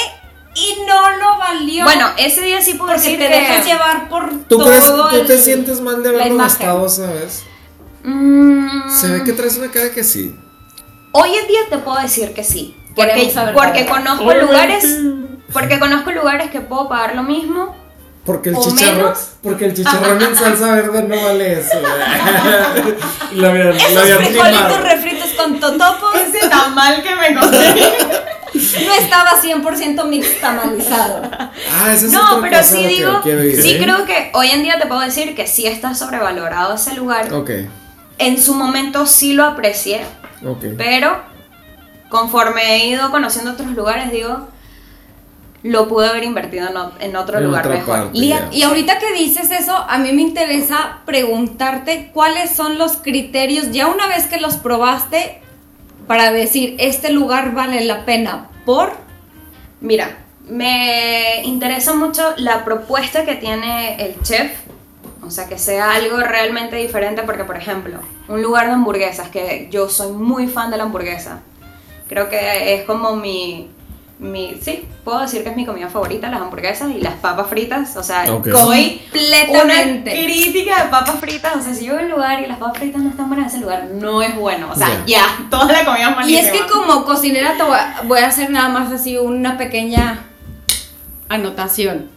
Speaker 5: y no lo valió.
Speaker 2: Bueno, ese día sí puedo
Speaker 5: porque
Speaker 2: decir
Speaker 5: te
Speaker 2: que-
Speaker 5: dejas llevar por
Speaker 1: ¿Tú,
Speaker 5: todo
Speaker 1: crees, tú te
Speaker 5: el-
Speaker 1: sientes mal de
Speaker 5: la
Speaker 1: haberlo
Speaker 5: imagen.
Speaker 1: gastado esa vez?
Speaker 2: Mm,
Speaker 1: Se ve que traes una cara que sí.
Speaker 2: Hoy en día te puedo decir que sí. Porque,
Speaker 5: Queremos saber
Speaker 2: porque
Speaker 5: todo.
Speaker 2: conozco
Speaker 4: Obviamente.
Speaker 2: lugares. Porque conozco lugares que puedo pagar lo mismo.
Speaker 1: Porque el
Speaker 2: ¿O
Speaker 1: chicharrón,
Speaker 2: menos?
Speaker 1: porque el chicharrón en salsa verde no vale eso. lo habían, lo
Speaker 5: Esos
Speaker 1: habían
Speaker 5: frijolitos
Speaker 1: limado.
Speaker 5: refritos con totopos
Speaker 2: Ese tamal que me comí.
Speaker 5: no estaba 100% mixtamalizado.
Speaker 1: Ah, esa es
Speaker 2: No,
Speaker 1: otra
Speaker 2: pero
Speaker 1: cosa
Speaker 2: sí
Speaker 1: de que
Speaker 2: digo,
Speaker 1: quiero ir,
Speaker 2: sí
Speaker 1: ¿eh?
Speaker 2: creo que hoy en día te puedo decir que sí está sobrevalorado ese lugar.
Speaker 1: Ok,
Speaker 2: En su momento sí lo aprecié,
Speaker 1: ok.
Speaker 2: pero conforme he ido conociendo otros lugares, digo, lo pude haber invertido en, o- en otro
Speaker 1: En
Speaker 2: lugar
Speaker 1: otra
Speaker 2: mejor.
Speaker 1: parte.
Speaker 5: Lía,
Speaker 1: Ya.
Speaker 5: y ahorita que dices eso, a mí me interesa preguntarte cuáles son los criterios, ya una vez que los probaste, para decir, este lugar vale la pena por...
Speaker 2: Mira, me interesa mucho la propuesta que tiene el chef. O sea, que sea algo realmente diferente porque, por ejemplo, un lugar de hamburguesas, que yo soy muy fan de la hamburguesa. Creo que es como mi... mi sí, puedo decir que es mi comida favorita, las hamburguesas y las papas fritas. O sea,
Speaker 1: Ok.
Speaker 2: soy
Speaker 5: Completamente.
Speaker 2: una crítica de papas fritas. O sea, si yo voy a un lugar y las papas fritas no están buenas, ese lugar no es bueno. O sea, ya, toda la comida es
Speaker 5: Y
Speaker 2: malísima.
Speaker 5: es que como cocinera te voy a- voy a hacer nada más así una pequeña anotación.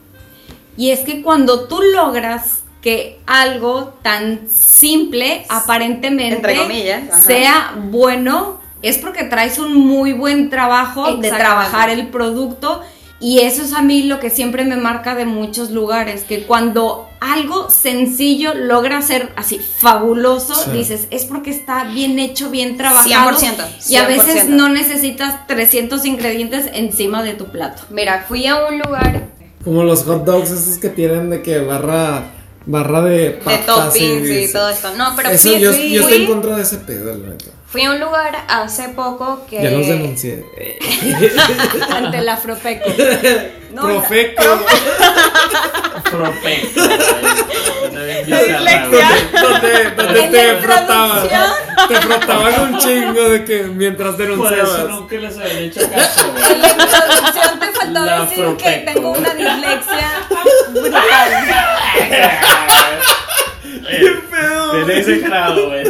Speaker 5: Y es que cuando tú logras que algo tan simple, aparentemente,
Speaker 2: Entre comillas, ajá.
Speaker 5: sea bueno, es porque traes un muy buen trabajo de
Speaker 2: Exactamente.
Speaker 5: trabajar el producto. Y eso es a mí lo que siempre me marca de muchos lugares, que cuando algo sencillo logra ser así fabuloso,
Speaker 1: Sí.
Speaker 5: dices, es porque está bien hecho, bien trabajado.
Speaker 2: 100%,
Speaker 5: Y a veces
Speaker 2: 100%.
Speaker 5: no necesitas 300 ingredientes encima de tu plato.
Speaker 2: Mira, fui a un lugar
Speaker 1: Como los hot dogs esos que tienen de que barra, barra de
Speaker 2: de
Speaker 1: papas
Speaker 2: toppings y,
Speaker 1: sí.
Speaker 2: todo esto. No, pero
Speaker 1: Eso
Speaker 2: fui,
Speaker 1: yo,
Speaker 2: fui-
Speaker 1: yo estoy en
Speaker 2: fui-
Speaker 1: contra de ese pedo, la neta.
Speaker 2: fui a un lugar hace poco que.
Speaker 1: Ya los denuncié.
Speaker 5: Ante la Afropeco.
Speaker 2: No,
Speaker 1: Profeco.
Speaker 4: Propeco.
Speaker 1: Donde, donde
Speaker 5: En
Speaker 1: te
Speaker 5: la
Speaker 1: frotaban.
Speaker 5: traducción.
Speaker 1: Te frotaban un chingo de que mientras
Speaker 4: Por eso
Speaker 1: denunciabas.
Speaker 4: nunca Pues, les habían hecho caso, güey.
Speaker 5: En la introducción te faltó
Speaker 4: La
Speaker 5: decir que
Speaker 4: Afropeco.
Speaker 5: tengo una dislexia.
Speaker 4: Bien exagerado, güey.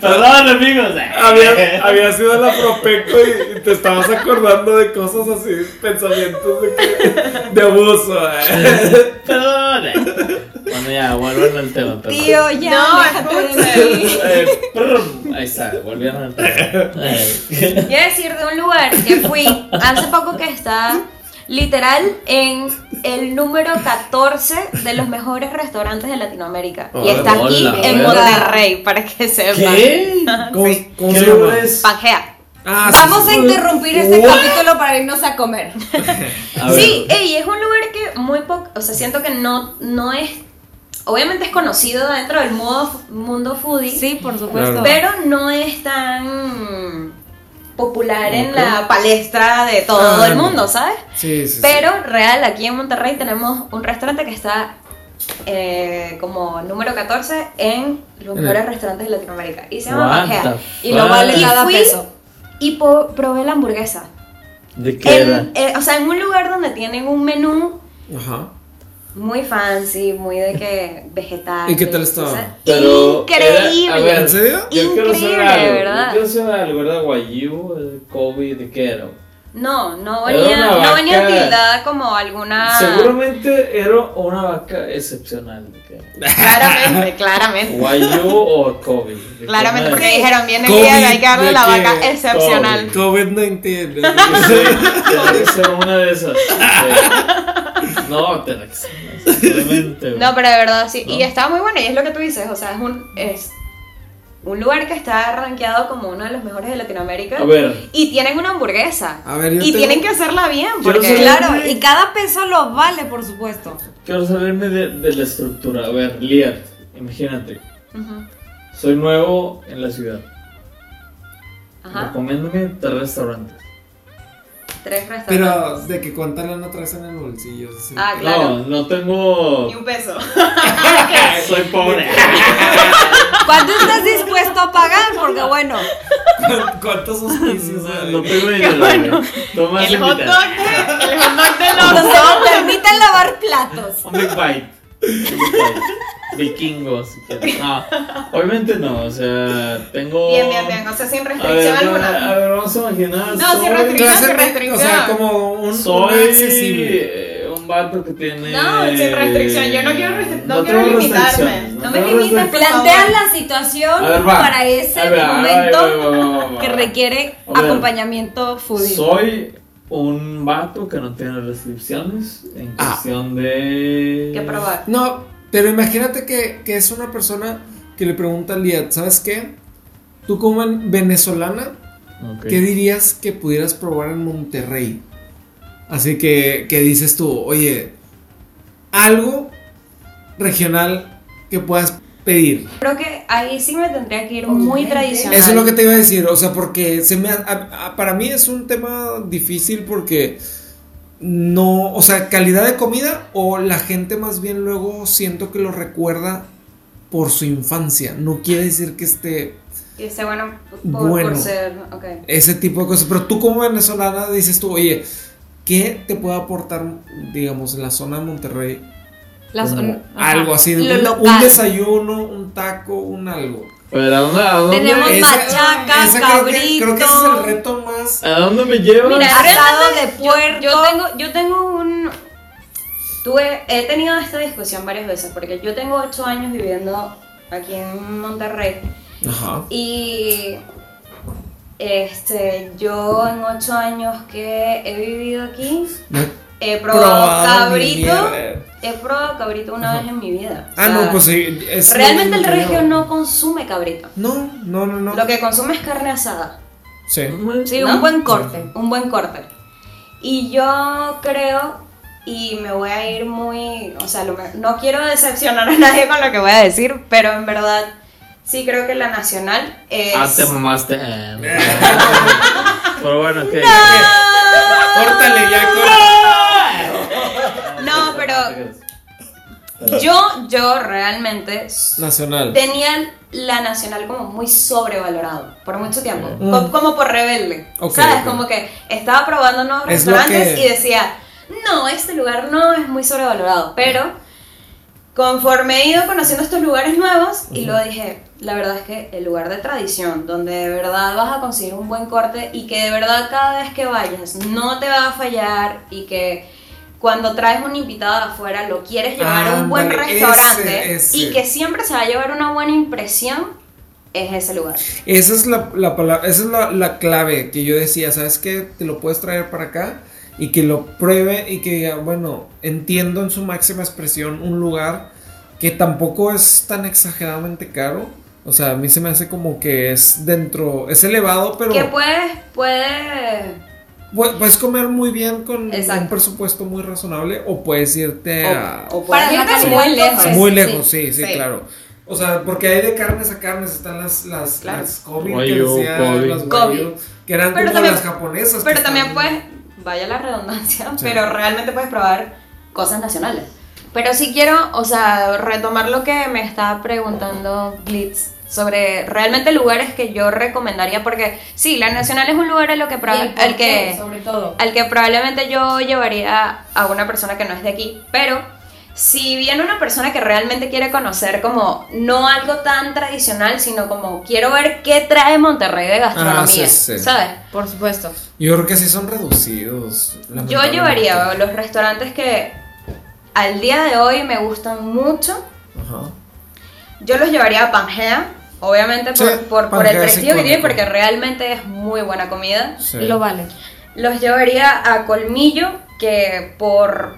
Speaker 4: Perdón, amigos.
Speaker 1: Había, había sido la Profeco y, y te estabas acordando de cosas así, pensamientos de, que- de abuso. eh.
Speaker 4: Perdón. Bueno, Bueno, ya, vuelvan al tema. perdón.
Speaker 5: Tío, ya,
Speaker 2: No,
Speaker 5: déjate de
Speaker 2: escuchen.
Speaker 5: mí.
Speaker 4: Eh, prrr. Ahí está, volvieron al tema. Eh,
Speaker 2: Quiero decir de un lugar que fui hace poco que está literal en el número 14 de los mejores restaurantes de Latinoamérica.
Speaker 1: Oh,
Speaker 2: y está aquí
Speaker 4: Hola,
Speaker 2: en
Speaker 5: hola.
Speaker 2: Monterrey, para que sepan.
Speaker 4: ¿Qué?
Speaker 1: ¿Cómo, cómo
Speaker 4: ¿Qué
Speaker 1: se llama?
Speaker 4: lugar es?
Speaker 2: Pangea.
Speaker 1: Ah, sí,
Speaker 5: Vamos
Speaker 1: sí,
Speaker 5: a
Speaker 1: sí.
Speaker 5: interrumpir este
Speaker 1: What?
Speaker 5: capítulo para irnos a comer.
Speaker 4: A ver,
Speaker 2: Ah, Sí, ey, es un lugar que muy poco, o sea, siento que no, no es, obviamente es conocido dentro del modo, mundo foodie,
Speaker 5: Sí, por
Speaker 1: supuesto.
Speaker 2: pero no es tan popular en la palestra de todo
Speaker 1: Ah,
Speaker 2: el
Speaker 1: no.
Speaker 2: mundo, ¿sabes?
Speaker 1: Sí, sí, sí.
Speaker 2: Pero real, aquí en Monterrey tenemos un restaurante que está eh, como número 14 en los
Speaker 1: En el-
Speaker 2: mejores restaurantes de Latinoamérica. Y se llama
Speaker 4: What
Speaker 2: Pangea.
Speaker 4: the
Speaker 5: Y no vale
Speaker 4: fuck?
Speaker 2: Y
Speaker 5: cada
Speaker 2: fui-
Speaker 5: peso.
Speaker 2: Y po- probé la hamburguesa.
Speaker 4: ¿De qué era?
Speaker 2: En- eh, o sea, en un lugar donde tienen un menú
Speaker 1: Ajá.
Speaker 2: muy fancy, muy de que vegetal.
Speaker 1: ¿Y qué tal estaba?
Speaker 4: Pero
Speaker 2: increíble.
Speaker 4: era- a ver,
Speaker 1: ¿En serio?
Speaker 4: Yo quiero saber
Speaker 2: Increíble,
Speaker 4: algo.
Speaker 2: ¿verdad?
Speaker 4: Yo quiero saber algo, ¿verdad? Guayú, eh, Kobe, ¿de qué era?
Speaker 2: no, no
Speaker 4: Era
Speaker 2: venía,
Speaker 4: una
Speaker 2: no venía
Speaker 4: vaca.
Speaker 2: tildada como alguna.
Speaker 4: Seguramente era una vaca excepcional. ¿de qué era?
Speaker 2: Claramente, claramente.
Speaker 4: Guayú o Kobe. ¿de qué
Speaker 2: Claramente,
Speaker 4: era?
Speaker 2: porque dijeron, viene el
Speaker 1: COVID,
Speaker 2: día, hay que darle
Speaker 1: de
Speaker 2: la
Speaker 1: que-
Speaker 2: vaca excepcional.
Speaker 1: COVID-19.
Speaker 4: Sí, tiene que ser una de esas. Sí. No, tiene que ser una de esas, obviamente.
Speaker 2: No, pero de verdad sí. Y
Speaker 4: ¿No?
Speaker 2: estaba muy bueno, y es lo que tú dices, o sea, es un, es un lugar que está rankeado como uno de los mejores de Latinoamérica.
Speaker 4: A ver.
Speaker 2: Y tienen una hamburguesa.
Speaker 1: A ver, Ah, yo
Speaker 2: y
Speaker 1: tengo-
Speaker 2: tienen que hacerla bien, porque
Speaker 4: soy-
Speaker 2: claro.
Speaker 5: Claro, y cada peso lo vale, por supuesto.
Speaker 4: Quiero saberme de, de la estructura. A ver, Lier, imagínate. Soy nuevo en la ciudad.
Speaker 2: Ajá,
Speaker 4: Recomiéndame tres restaurantes.
Speaker 2: tres restaurantes.
Speaker 1: Pero de que cuánta lana traes en el bolsillo. sí.
Speaker 2: Ah, claro.
Speaker 4: No, no tengo.
Speaker 2: Ni un peso.
Speaker 4: Soy pobre.
Speaker 5: ¿Cuánto estás dispuesto a pagar? Porque bueno,
Speaker 1: ¿Cuántos
Speaker 4: No,
Speaker 1: auspicios? hay?
Speaker 4: no tengo dinero. güey. Toma
Speaker 2: El
Speaker 4: sin
Speaker 2: hot dog,
Speaker 4: mitad.
Speaker 2: de- el hot dog del
Speaker 5: no se
Speaker 2: oso.
Speaker 5: me permiten lavar platos.
Speaker 4: Un big bite. Un big bite. Vikingo, si quieres. No, obviamente no, o sea, tengo.
Speaker 2: Bien, bien, bien. O sea, sin
Speaker 4: A ver,
Speaker 2: restricción
Speaker 4: a
Speaker 2: alguna.
Speaker 4: ver, vamos a imaginar.
Speaker 2: No, sin
Speaker 4: soy-
Speaker 1: No
Speaker 2: restricción.
Speaker 1: hace-
Speaker 2: restricción.
Speaker 1: O sea, como un,
Speaker 4: Soy
Speaker 1: un accesible.
Speaker 4: eh, un vato que tiene.
Speaker 2: No, sin restricción, yo no quiero restri- no quiero
Speaker 4: tengo
Speaker 2: limitarme,
Speaker 4: restricciones,
Speaker 2: no me
Speaker 4: tengo
Speaker 2: limites.
Speaker 4: restricciones.
Speaker 5: Plantean
Speaker 2: favor.
Speaker 5: la situación
Speaker 4: A ver, va.
Speaker 5: para ese
Speaker 4: A ver, va, va,
Speaker 5: momento
Speaker 4: va, va, va, va, va.
Speaker 5: que requiere
Speaker 4: A ver.
Speaker 5: acompañamiento foodie.
Speaker 4: Soy un vato que no tiene restricciones en
Speaker 1: Ah.
Speaker 4: cuestión de.
Speaker 2: Que probar.
Speaker 1: No, pero imagínate que, que es una persona que le pregunta al día, ¿sabes qué? Tú como en- venezolana,
Speaker 4: Ok.
Speaker 1: ¿qué dirías que pudieras probar en Monterrey? Así que, que dices tú, oye, algo regional que puedas pedir.
Speaker 2: Creo que ahí sí me tendría que ir muy
Speaker 5: Obviamente.
Speaker 2: tradicional.
Speaker 1: Eso es lo que te iba a decir, o sea, porque se me ha- a- a- para mí es un tema difícil porque no, o sea, calidad de comida o la gente más bien luego siento que lo recuerda por su infancia, no quiere decir que esté
Speaker 2: Y ese bueno por, por
Speaker 1: Bueno.
Speaker 2: ser. Ok.
Speaker 1: ese tipo de cosas, pero tú como venezolana dices tú, oye, ¿qué te puede aportar, digamos, la zona de Monterrey?
Speaker 5: La
Speaker 1: Como
Speaker 5: zon- ajá.
Speaker 1: algo así,
Speaker 5: Lo
Speaker 1: un,
Speaker 5: local.
Speaker 1: un desayuno, un taco, un algo.
Speaker 4: Pero ¿a dónde, a dónde-
Speaker 5: Tenemos
Speaker 1: Ese-
Speaker 5: machaca,
Speaker 1: ese creo que- creo que ese es
Speaker 5: cabrito.
Speaker 1: el reto más...
Speaker 4: ¿A dónde me llevas?
Speaker 2: Mira,
Speaker 5: Asado
Speaker 2: realmente,
Speaker 5: de
Speaker 2: yo-
Speaker 5: puerco.
Speaker 2: Yo, tengo, yo tengo un. Tuve, he tenido esta discusión varias veces porque yo tengo ocho años viviendo aquí en Monterrey
Speaker 1: Ajá.
Speaker 2: y este yo en ocho años que he vivido aquí he probado,
Speaker 1: Probado mi
Speaker 2: cabrito,
Speaker 1: mierda.
Speaker 2: he probado cabrito una
Speaker 1: Ajá.
Speaker 2: vez en mi vida. O
Speaker 1: Ah,
Speaker 2: sea,
Speaker 1: no, pues sí, es
Speaker 2: realmente el
Speaker 1: lo mismo que
Speaker 2: regio
Speaker 1: yo.
Speaker 2: no consume cabrito.
Speaker 1: No, no, no, no.
Speaker 2: Lo que consume es carne asada.
Speaker 1: Sí.
Speaker 5: Sí,
Speaker 2: ¿No?
Speaker 5: un buen corte.
Speaker 2: un buen corte. Y yo creo, y me voy a ir muy, o sea, lo que- no quiero decepcionar a nadie con lo que voy a decir, pero en verdad sí creo que la nacional es...
Speaker 4: Ah, te mamaste. Eh, Pero bueno, ok.
Speaker 2: ¡Ah!
Speaker 1: Córtale ya,
Speaker 2: No, pero yo, yo realmente
Speaker 1: Nacional.
Speaker 2: tenía la nacional como muy sobrevalorado por mucho tiempo,
Speaker 1: Mm.
Speaker 2: co- como por rebelde,
Speaker 1: Ok,
Speaker 2: ¿sabes?
Speaker 1: ok.
Speaker 2: Como que estaba probando nuevos
Speaker 1: Es lo
Speaker 2: restaurantes
Speaker 1: que-
Speaker 2: y decía, no, este lugar no es muy sobrevalorado, pero conforme he ido conociendo estos lugares nuevos y lo dije, la verdad es que el lugar de tradición, donde de verdad vas a conseguir un buen corte y que de verdad cada vez que vayas no te va a fallar y que cuando traes un invitado de afuera, lo quieres llevar a un
Speaker 1: Ándale,
Speaker 2: buen
Speaker 1: ese,
Speaker 2: restaurante
Speaker 1: ese.
Speaker 2: y que siempre se va a llevar una buena impresión, es ese lugar.
Speaker 1: Esa es la, la palabra, esa es la, la clave que yo decía, ¿sabes qué? Te lo puedes traer para acá y que lo pruebe y que diga, bueno, entiendo en su máxima expresión un lugar que tampoco es tan exageradamente caro. O sea, a mí se me hace como que es dentro, es elevado, pero
Speaker 2: Que puedes, puedes,
Speaker 1: pu- puedes comer muy bien con un
Speaker 2: Exacto.
Speaker 1: presupuesto muy razonable o puedes irte a...
Speaker 2: o, o
Speaker 5: Para
Speaker 2: puedes irte
Speaker 5: la
Speaker 2: muy
Speaker 5: calidad,
Speaker 2: lejos.
Speaker 5: pues.
Speaker 1: Ah, Muy lejos, sí, sí,
Speaker 5: sí.
Speaker 1: claro. O sea, porque hay de carnes a carnes, están las, las,
Speaker 2: Claro.
Speaker 1: las Kobe, que
Speaker 4: Wagyu,
Speaker 1: decía,
Speaker 4: Kobe.
Speaker 1: las
Speaker 2: Kobe.
Speaker 1: Wagyu, que eran
Speaker 2: Pero
Speaker 1: como
Speaker 2: también-
Speaker 1: las japonesas.
Speaker 2: Pero
Speaker 1: que
Speaker 2: también
Speaker 1: están-
Speaker 2: puedes, vaya la redundancia,
Speaker 1: Sí.
Speaker 2: pero realmente puedes probar cosas nacionales. Pero sí quiero, o sea, retomar lo que me estaba preguntando Glitz sobre realmente lugares que yo recomendaría, porque sí, la nacional es un lugar a lo que, proba-
Speaker 5: Y el
Speaker 2: al
Speaker 5: porqué,
Speaker 2: que
Speaker 5: sobre todo.
Speaker 2: al que probablemente yo llevaría a una persona que no es de aquí, pero si viene una persona que realmente quiere conocer como no algo tan tradicional, sino como quiero ver qué trae Monterrey de gastronomía,
Speaker 1: Ah, sí, sí.
Speaker 2: ¿sabes?
Speaker 5: Por supuesto.
Speaker 1: Yo creo que sí son reducidos.
Speaker 2: Yo
Speaker 1: lamentablemente.
Speaker 2: llevaría los restaurantes que al día de hoy me gustan mucho.
Speaker 1: Ajá.
Speaker 2: Yo los llevaría a Pangea, obviamente por,
Speaker 1: Sí,
Speaker 2: por- por el
Speaker 1: Pangea es
Speaker 2: prestigio que tiene,
Speaker 1: icónico.
Speaker 2: porque realmente es muy buena comida.
Speaker 1: sí.
Speaker 5: Lo vale.
Speaker 2: Los llevaría a Colmillo, que por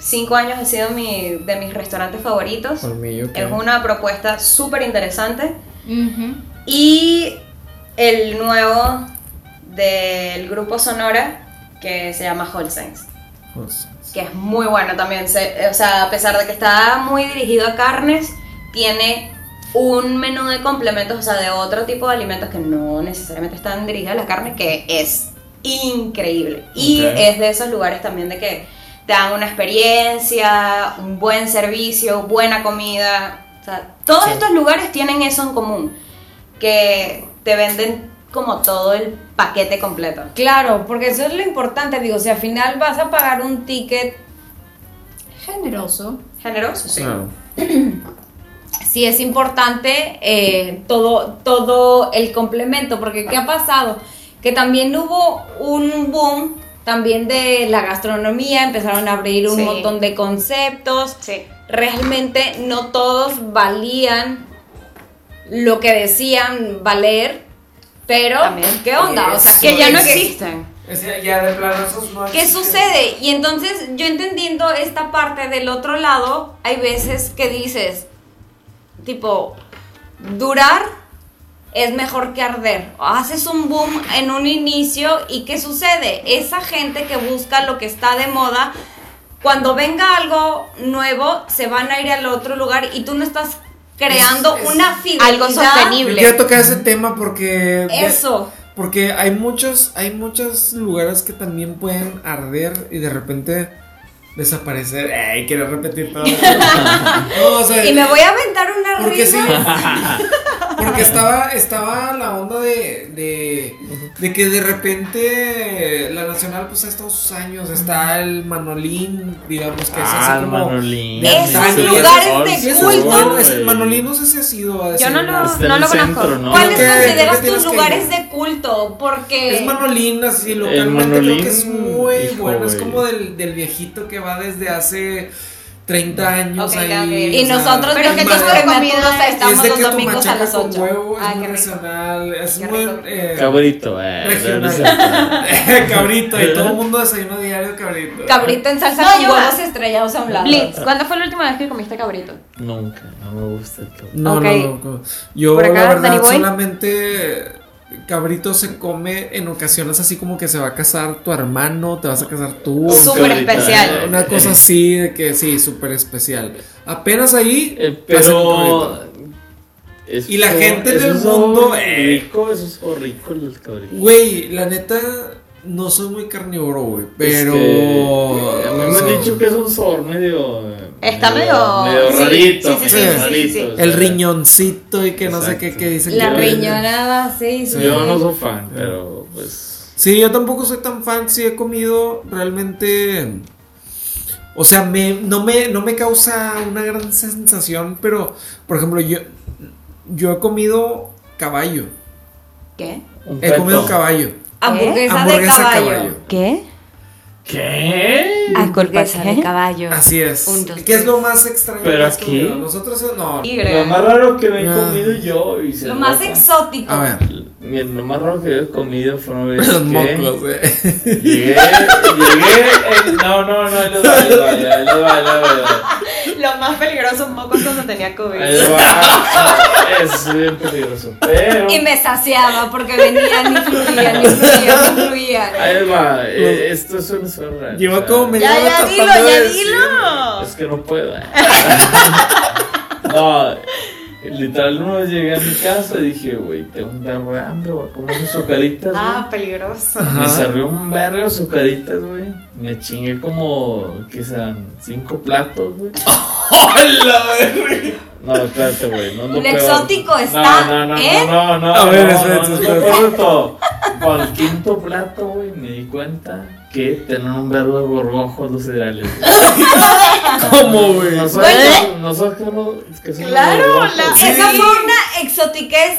Speaker 2: cinco años ha sido mi, de mis restaurantes favoritos.
Speaker 1: Colmillo, ok.
Speaker 2: Es una propuesta súper interesante. Y el nuevo del grupo Sonora, que se llama Holsteins
Speaker 1: Pues,
Speaker 2: que es muy bueno también. se- o sea, a pesar de que está muy dirigido a carnes, tiene un menú de complementos, o sea, de otro tipo de alimentos que no necesariamente están dirigidos a la carne, que es increíble. Y
Speaker 1: Ok.
Speaker 2: es de esos lugares también de que te dan una experiencia, un buen servicio, buena comida. O sea, todos
Speaker 1: Sí.
Speaker 2: estos lugares tienen eso en común, que te venden como todo el paquete completo.
Speaker 5: Claro, porque eso es lo importante. Digo, si al final vas a pagar un ticket generoso,
Speaker 2: Generoso, sí.
Speaker 1: claro.
Speaker 5: sí es importante eh, todo, todo el complemento, porque ¿qué ha pasado? Que también hubo un boom también de la gastronomía, empezaron a abrir un
Speaker 2: Sí.
Speaker 5: montón de conceptos,
Speaker 2: Sí.
Speaker 5: realmente no todos valían lo que decían valer, pero
Speaker 2: También.
Speaker 5: ¿qué onda? O sea,
Speaker 2: que ya no
Speaker 5: que-
Speaker 2: existen.
Speaker 1: Es que ya de plano esos no
Speaker 5: ¿Qué
Speaker 1: existen.
Speaker 5: sucede? Y entonces yo entendiendo esta parte del otro lado, hay veces que dices, tipo, durar es mejor que arder. Haces un boom en un inicio y ¿qué sucede? Esa gente que busca lo que está de moda, cuando venga algo nuevo, se van a ir al otro lugar y tú no estás creando
Speaker 1: Es- es
Speaker 5: una fidelidad.
Speaker 2: algo sostenible.
Speaker 1: Yo quiero tocar ese tema porque.
Speaker 5: Eso.
Speaker 1: Porque hay muchos, hay muchos lugares que también pueden arder y de repente desaparecer. Ay, quiero repetir todo. No, o sea,
Speaker 5: Y me voy a aventar una
Speaker 1: porque sí.
Speaker 5: risa.
Speaker 1: Porque estaba, estaba la onda de, de, de que de repente la Nacional pues ha estado sus años. Está el Manolín, digamos que es así como.
Speaker 4: Ah, Manolín.
Speaker 1: de
Speaker 5: Esos
Speaker 1: antaño.
Speaker 5: lugares de
Speaker 1: Sí, es
Speaker 5: culto.
Speaker 1: bueno, es- Manolín no sé si ha sido a
Speaker 2: Yo no
Speaker 1: desayunar.
Speaker 2: lo- No conozco.
Speaker 5: ¿Cuáles
Speaker 1: Creo que-
Speaker 5: consideras
Speaker 1: creo que
Speaker 5: tus
Speaker 1: tienes que-
Speaker 5: lugares de culto? Porque.
Speaker 1: Es Manolín, así
Speaker 4: El
Speaker 1: localmente creo
Speaker 4: Manolín,
Speaker 1: que es muy
Speaker 4: hijo,
Speaker 1: bueno. Es
Speaker 4: güey.
Speaker 1: como del, del viejito que va desde hace 30 años
Speaker 2: Ok,
Speaker 1: ahí.
Speaker 2: ok.
Speaker 5: Y
Speaker 1: o sea,
Speaker 2: Pero
Speaker 5: nosotros, pero que
Speaker 2: que
Speaker 1: es
Speaker 5: tú
Speaker 2: tus
Speaker 1: más-
Speaker 2: de
Speaker 5: prematuros
Speaker 2: comida
Speaker 5: estamos
Speaker 1: es de
Speaker 5: los
Speaker 1: que tu
Speaker 5: domingos a
Speaker 1: machaca
Speaker 5: las
Speaker 1: con
Speaker 5: 8.
Speaker 1: huevo, es muy
Speaker 5: Ah, qué rico.
Speaker 1: regional, es
Speaker 2: Qué
Speaker 1: muy
Speaker 2: rico.
Speaker 1: eh,
Speaker 4: Cabrito, eh.
Speaker 1: regional. cabrito, y todo el mundo desayuno diario cabrito.
Speaker 5: Cabrito en salsa
Speaker 2: No,
Speaker 5: con
Speaker 2: yo-
Speaker 5: huevos estrellados a un lado.
Speaker 2: Blitz, ¿cuándo fue la última vez que comiste cabrito?
Speaker 4: Nunca, no me gusta el cabrito.
Speaker 1: No,
Speaker 2: Ok.
Speaker 1: no, no, Yo
Speaker 2: Por acá,
Speaker 1: la verdad
Speaker 2: Danny Boy.
Speaker 1: solamente cabrito se come en ocasiones así como que se va a casar tu hermano, te vas a casar tú.
Speaker 2: Súper
Speaker 4: Cabrito,
Speaker 2: especial.
Speaker 4: eh,
Speaker 1: Una cosa
Speaker 4: eh,
Speaker 1: así de que sí, súper especial. Apenas ahí. pues,
Speaker 4: eh,
Speaker 1: hacen cabrito.
Speaker 4: pero. eso-
Speaker 1: Y la gente
Speaker 4: eso
Speaker 1: del
Speaker 4: es
Speaker 1: mundo, eh.
Speaker 4: Rico, eso es horrible el cabrito.
Speaker 1: Güey, la neta, no soy muy carnívoro, güey. Pero.
Speaker 4: Este, a mí
Speaker 1: no
Speaker 4: me
Speaker 1: sé.
Speaker 4: han dicho que es un sabor medio.
Speaker 2: Está medio-
Speaker 4: Medio
Speaker 2: sí,
Speaker 4: rarito.
Speaker 2: sí,
Speaker 1: sí,
Speaker 4: medio
Speaker 1: sí, sí,
Speaker 4: rarito,
Speaker 2: sí.
Speaker 4: o sea,
Speaker 1: El riñoncito y que no sé qué,
Speaker 4: Exacto.
Speaker 1: qué dicen.
Speaker 5: La
Speaker 1: que-
Speaker 5: riñonada, sí, sí.
Speaker 4: Yo no soy fan, pero pues.
Speaker 1: Sí, yo tampoco soy tan fan. Sí, he comido realmente. O sea, me, no, me, no me causa una gran sensación, pero, por ejemplo, yo, yo he comido caballo.
Speaker 2: ¿Qué?
Speaker 4: un
Speaker 1: He comido
Speaker 4: feto.
Speaker 1: caballo.
Speaker 5: Hamburguesa de
Speaker 1: Hamburguesa de
Speaker 5: caballo.
Speaker 1: caballo.
Speaker 2: ¿Qué? Ah,
Speaker 4: ¿Qué?
Speaker 5: Acolgasa de
Speaker 2: ¿Qué?
Speaker 5: caballo.
Speaker 1: Así es.
Speaker 5: Un, dos,
Speaker 1: ¿Qué es lo más extraño
Speaker 4: ¿Pero
Speaker 1: que has
Speaker 4: aquí?
Speaker 1: comido? Nosotros no.
Speaker 2: Tigre.
Speaker 4: Lo más raro que me he
Speaker 1: Ah.
Speaker 4: comido yo y se
Speaker 5: Lo más
Speaker 4: nota.
Speaker 5: exótico.
Speaker 1: A ver.
Speaker 4: Mira, Lo más raro que he comido fue una vez
Speaker 1: Los
Speaker 4: que
Speaker 1: mocos, eh.
Speaker 4: Llegué, llegué. en- No, no, no, ahí lo va, ahí lo va, ahí lo va, ahí lo va,
Speaker 2: Lo más peligroso un poco es cuando tenía COVID.
Speaker 4: ahí lo va. Es bien peligroso. Pero.
Speaker 5: Y me saciaba porque venían y fluían, y fluían, y fluían.
Speaker 4: Ahí va, eh, esto es una zorra.
Speaker 1: Llevó
Speaker 4: o sea,
Speaker 1: como media
Speaker 2: ya,
Speaker 1: hora
Speaker 2: ya dilo,
Speaker 1: tratando
Speaker 2: ya
Speaker 1: de decir-
Speaker 2: dilo.
Speaker 4: Es que no puedo. no, literal, una vez llegué a mi casa y dije, güey, tengo un verbo de hambre, voy a comer unas azucaritas.
Speaker 2: Ah,
Speaker 4: güey".
Speaker 2: peligroso.
Speaker 4: Me
Speaker 1: Ajá.
Speaker 4: serví un verbo de azucaritas, güey. Me chingué como, que sean, cinco platos, güey.
Speaker 1: ¡Hola, güey!
Speaker 4: No, espérate, güey. No, no
Speaker 5: El
Speaker 4: puedo.
Speaker 5: exótico
Speaker 4: No,
Speaker 5: está,
Speaker 4: No, no,
Speaker 5: ¿eh?
Speaker 4: no, no, no.
Speaker 1: A ver,
Speaker 4: no,
Speaker 1: espérate,
Speaker 4: no, no,
Speaker 1: espérate.
Speaker 4: puedo todo. Con el quinto plato, güey, me di cuenta que tenían un verde gorgojo los cereales. güey.
Speaker 1: ¿Cómo, güey?
Speaker 4: Nosotros, nosotros, es que somos
Speaker 2: Claro,
Speaker 4: gorgojos.
Speaker 2: la-
Speaker 1: Sí.
Speaker 5: Esa fue una exotiquez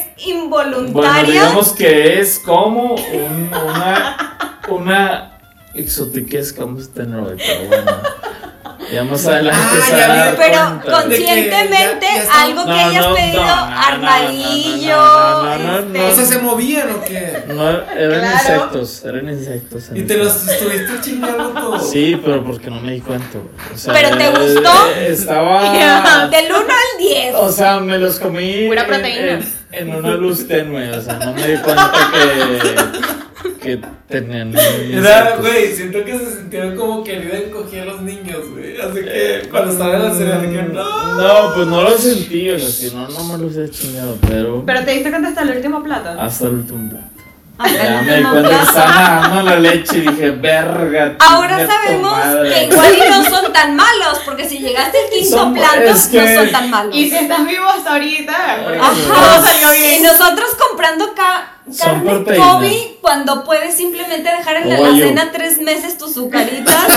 Speaker 4: Bueno,
Speaker 5: involuntaria.
Speaker 4: digamos que es como un- una, una exotiquez que vamos a tener hoy, pero bueno. Ya más adelante
Speaker 1: Ah,
Speaker 4: se
Speaker 1: ya
Speaker 4: va a dar
Speaker 1: vi,
Speaker 5: pero
Speaker 4: cuenta.
Speaker 5: conscientemente
Speaker 1: De que ya- ya está-
Speaker 5: algo que
Speaker 4: No,
Speaker 5: hayas
Speaker 4: no,
Speaker 5: pedido,
Speaker 4: no, no, no, no, no,
Speaker 5: armadillo.
Speaker 4: no, no, no, no,
Speaker 1: O sea,
Speaker 5: este,
Speaker 1: ¿se movían o qué?
Speaker 4: No, eran
Speaker 2: Claro.
Speaker 4: insectos, eran insectos.
Speaker 1: Y te los estuviste chingando todo.
Speaker 4: Sí, pero porque no me di cuenta. güey. O sea, eh,
Speaker 5: ¿Pero te gustó?
Speaker 4: Estaba.
Speaker 5: Del 1 al 10.
Speaker 4: O sea, me los comí.
Speaker 2: Pura
Speaker 4: en-
Speaker 2: proteína.
Speaker 4: En, en una luz tenue, o sea, no me di cuenta que. que tenían.
Speaker 1: Era,
Speaker 4: insectos.
Speaker 1: güey, siento que se sintieron como que le encogía a los niños, güey. Así que cuando estaban en la serie, de que no.
Speaker 4: Eh, No, pues no lo sentí, o sea, si no, no me los he chingado, pero.
Speaker 2: Pero te diste cuenta hasta el último plato.
Speaker 4: hasta el último plato.
Speaker 5: Hasta el
Speaker 4: Ya me di
Speaker 5: último
Speaker 4: cuenta que
Speaker 5: plazo.
Speaker 4: estaba dando la leche y dije, verga.
Speaker 5: Ahora
Speaker 4: chinga tu
Speaker 5: sabemos
Speaker 4: madre".
Speaker 5: que igual y no son tan malos, porque si llegaste al quinto
Speaker 4: Son-
Speaker 5: plato,
Speaker 4: es que-
Speaker 5: no son tan malos.
Speaker 2: Y si estás vivo hasta ahorita, porque
Speaker 4: Ajá.
Speaker 2: todo salió
Speaker 5: Y
Speaker 2: bien.
Speaker 5: nosotros comprando ca-
Speaker 4: Son
Speaker 5: carne
Speaker 4: proteína.
Speaker 5: Kobe cuando puedes simplemente dejar en la
Speaker 4: Oye.
Speaker 5: alacena tres meses tus sucaritas.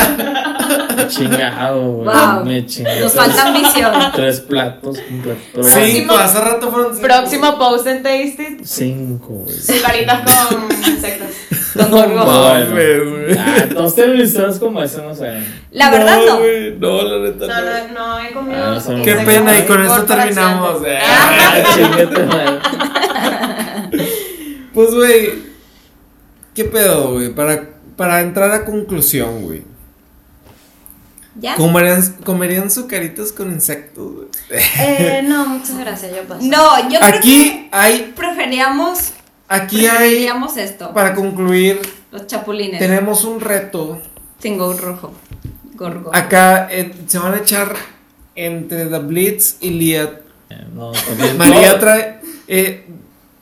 Speaker 4: Chingado, güey.
Speaker 5: Wow.
Speaker 4: Me chingué.
Speaker 5: Nos
Speaker 4: tres-
Speaker 5: falta ambición.
Speaker 4: Tres platos, un plato. pero
Speaker 1: Cinco,
Speaker 4: bueno,
Speaker 1: hace rato fueron cinco.
Speaker 2: Próximo post and tasted.
Speaker 4: Cinco, güey.
Speaker 2: Caritas con insectos.
Speaker 5: Don Gorgo.
Speaker 4: Bueno.
Speaker 1: güey.
Speaker 4: Ah, todos tienen historias como esa, no sé.
Speaker 5: La verdad no.
Speaker 1: güey, no, la neta
Speaker 2: No,
Speaker 1: no.
Speaker 2: no, no he
Speaker 4: Ah,
Speaker 2: comido.
Speaker 4: eso no.
Speaker 1: Qué
Speaker 2: insectos
Speaker 1: pena, y con
Speaker 2: por
Speaker 1: eso
Speaker 2: fracciones.
Speaker 1: terminamos. eh.
Speaker 4: Ah, chingate, madre.
Speaker 1: Pues, güey, ¿qué pedo, güey? Para, para entrar a conclusión, güey.
Speaker 5: ¿Ya?
Speaker 1: ¿Comerían, comerían sucaritas con insectos, güey?
Speaker 2: Eh, no, muchas gracias, yo paso.
Speaker 5: No, yo creo
Speaker 1: Aquí hay,
Speaker 5: que preferíamos,
Speaker 1: aquí hay,
Speaker 5: preferíamos esto.
Speaker 1: para concluir,
Speaker 5: Los chapulines.
Speaker 1: tenemos un reto.
Speaker 5: Tengo rojo. Gorgo.
Speaker 1: Acá eh, se van a echar entre The Blitz y Liat.
Speaker 4: Eh, No, también.
Speaker 1: María
Speaker 4: no.
Speaker 1: trae eh,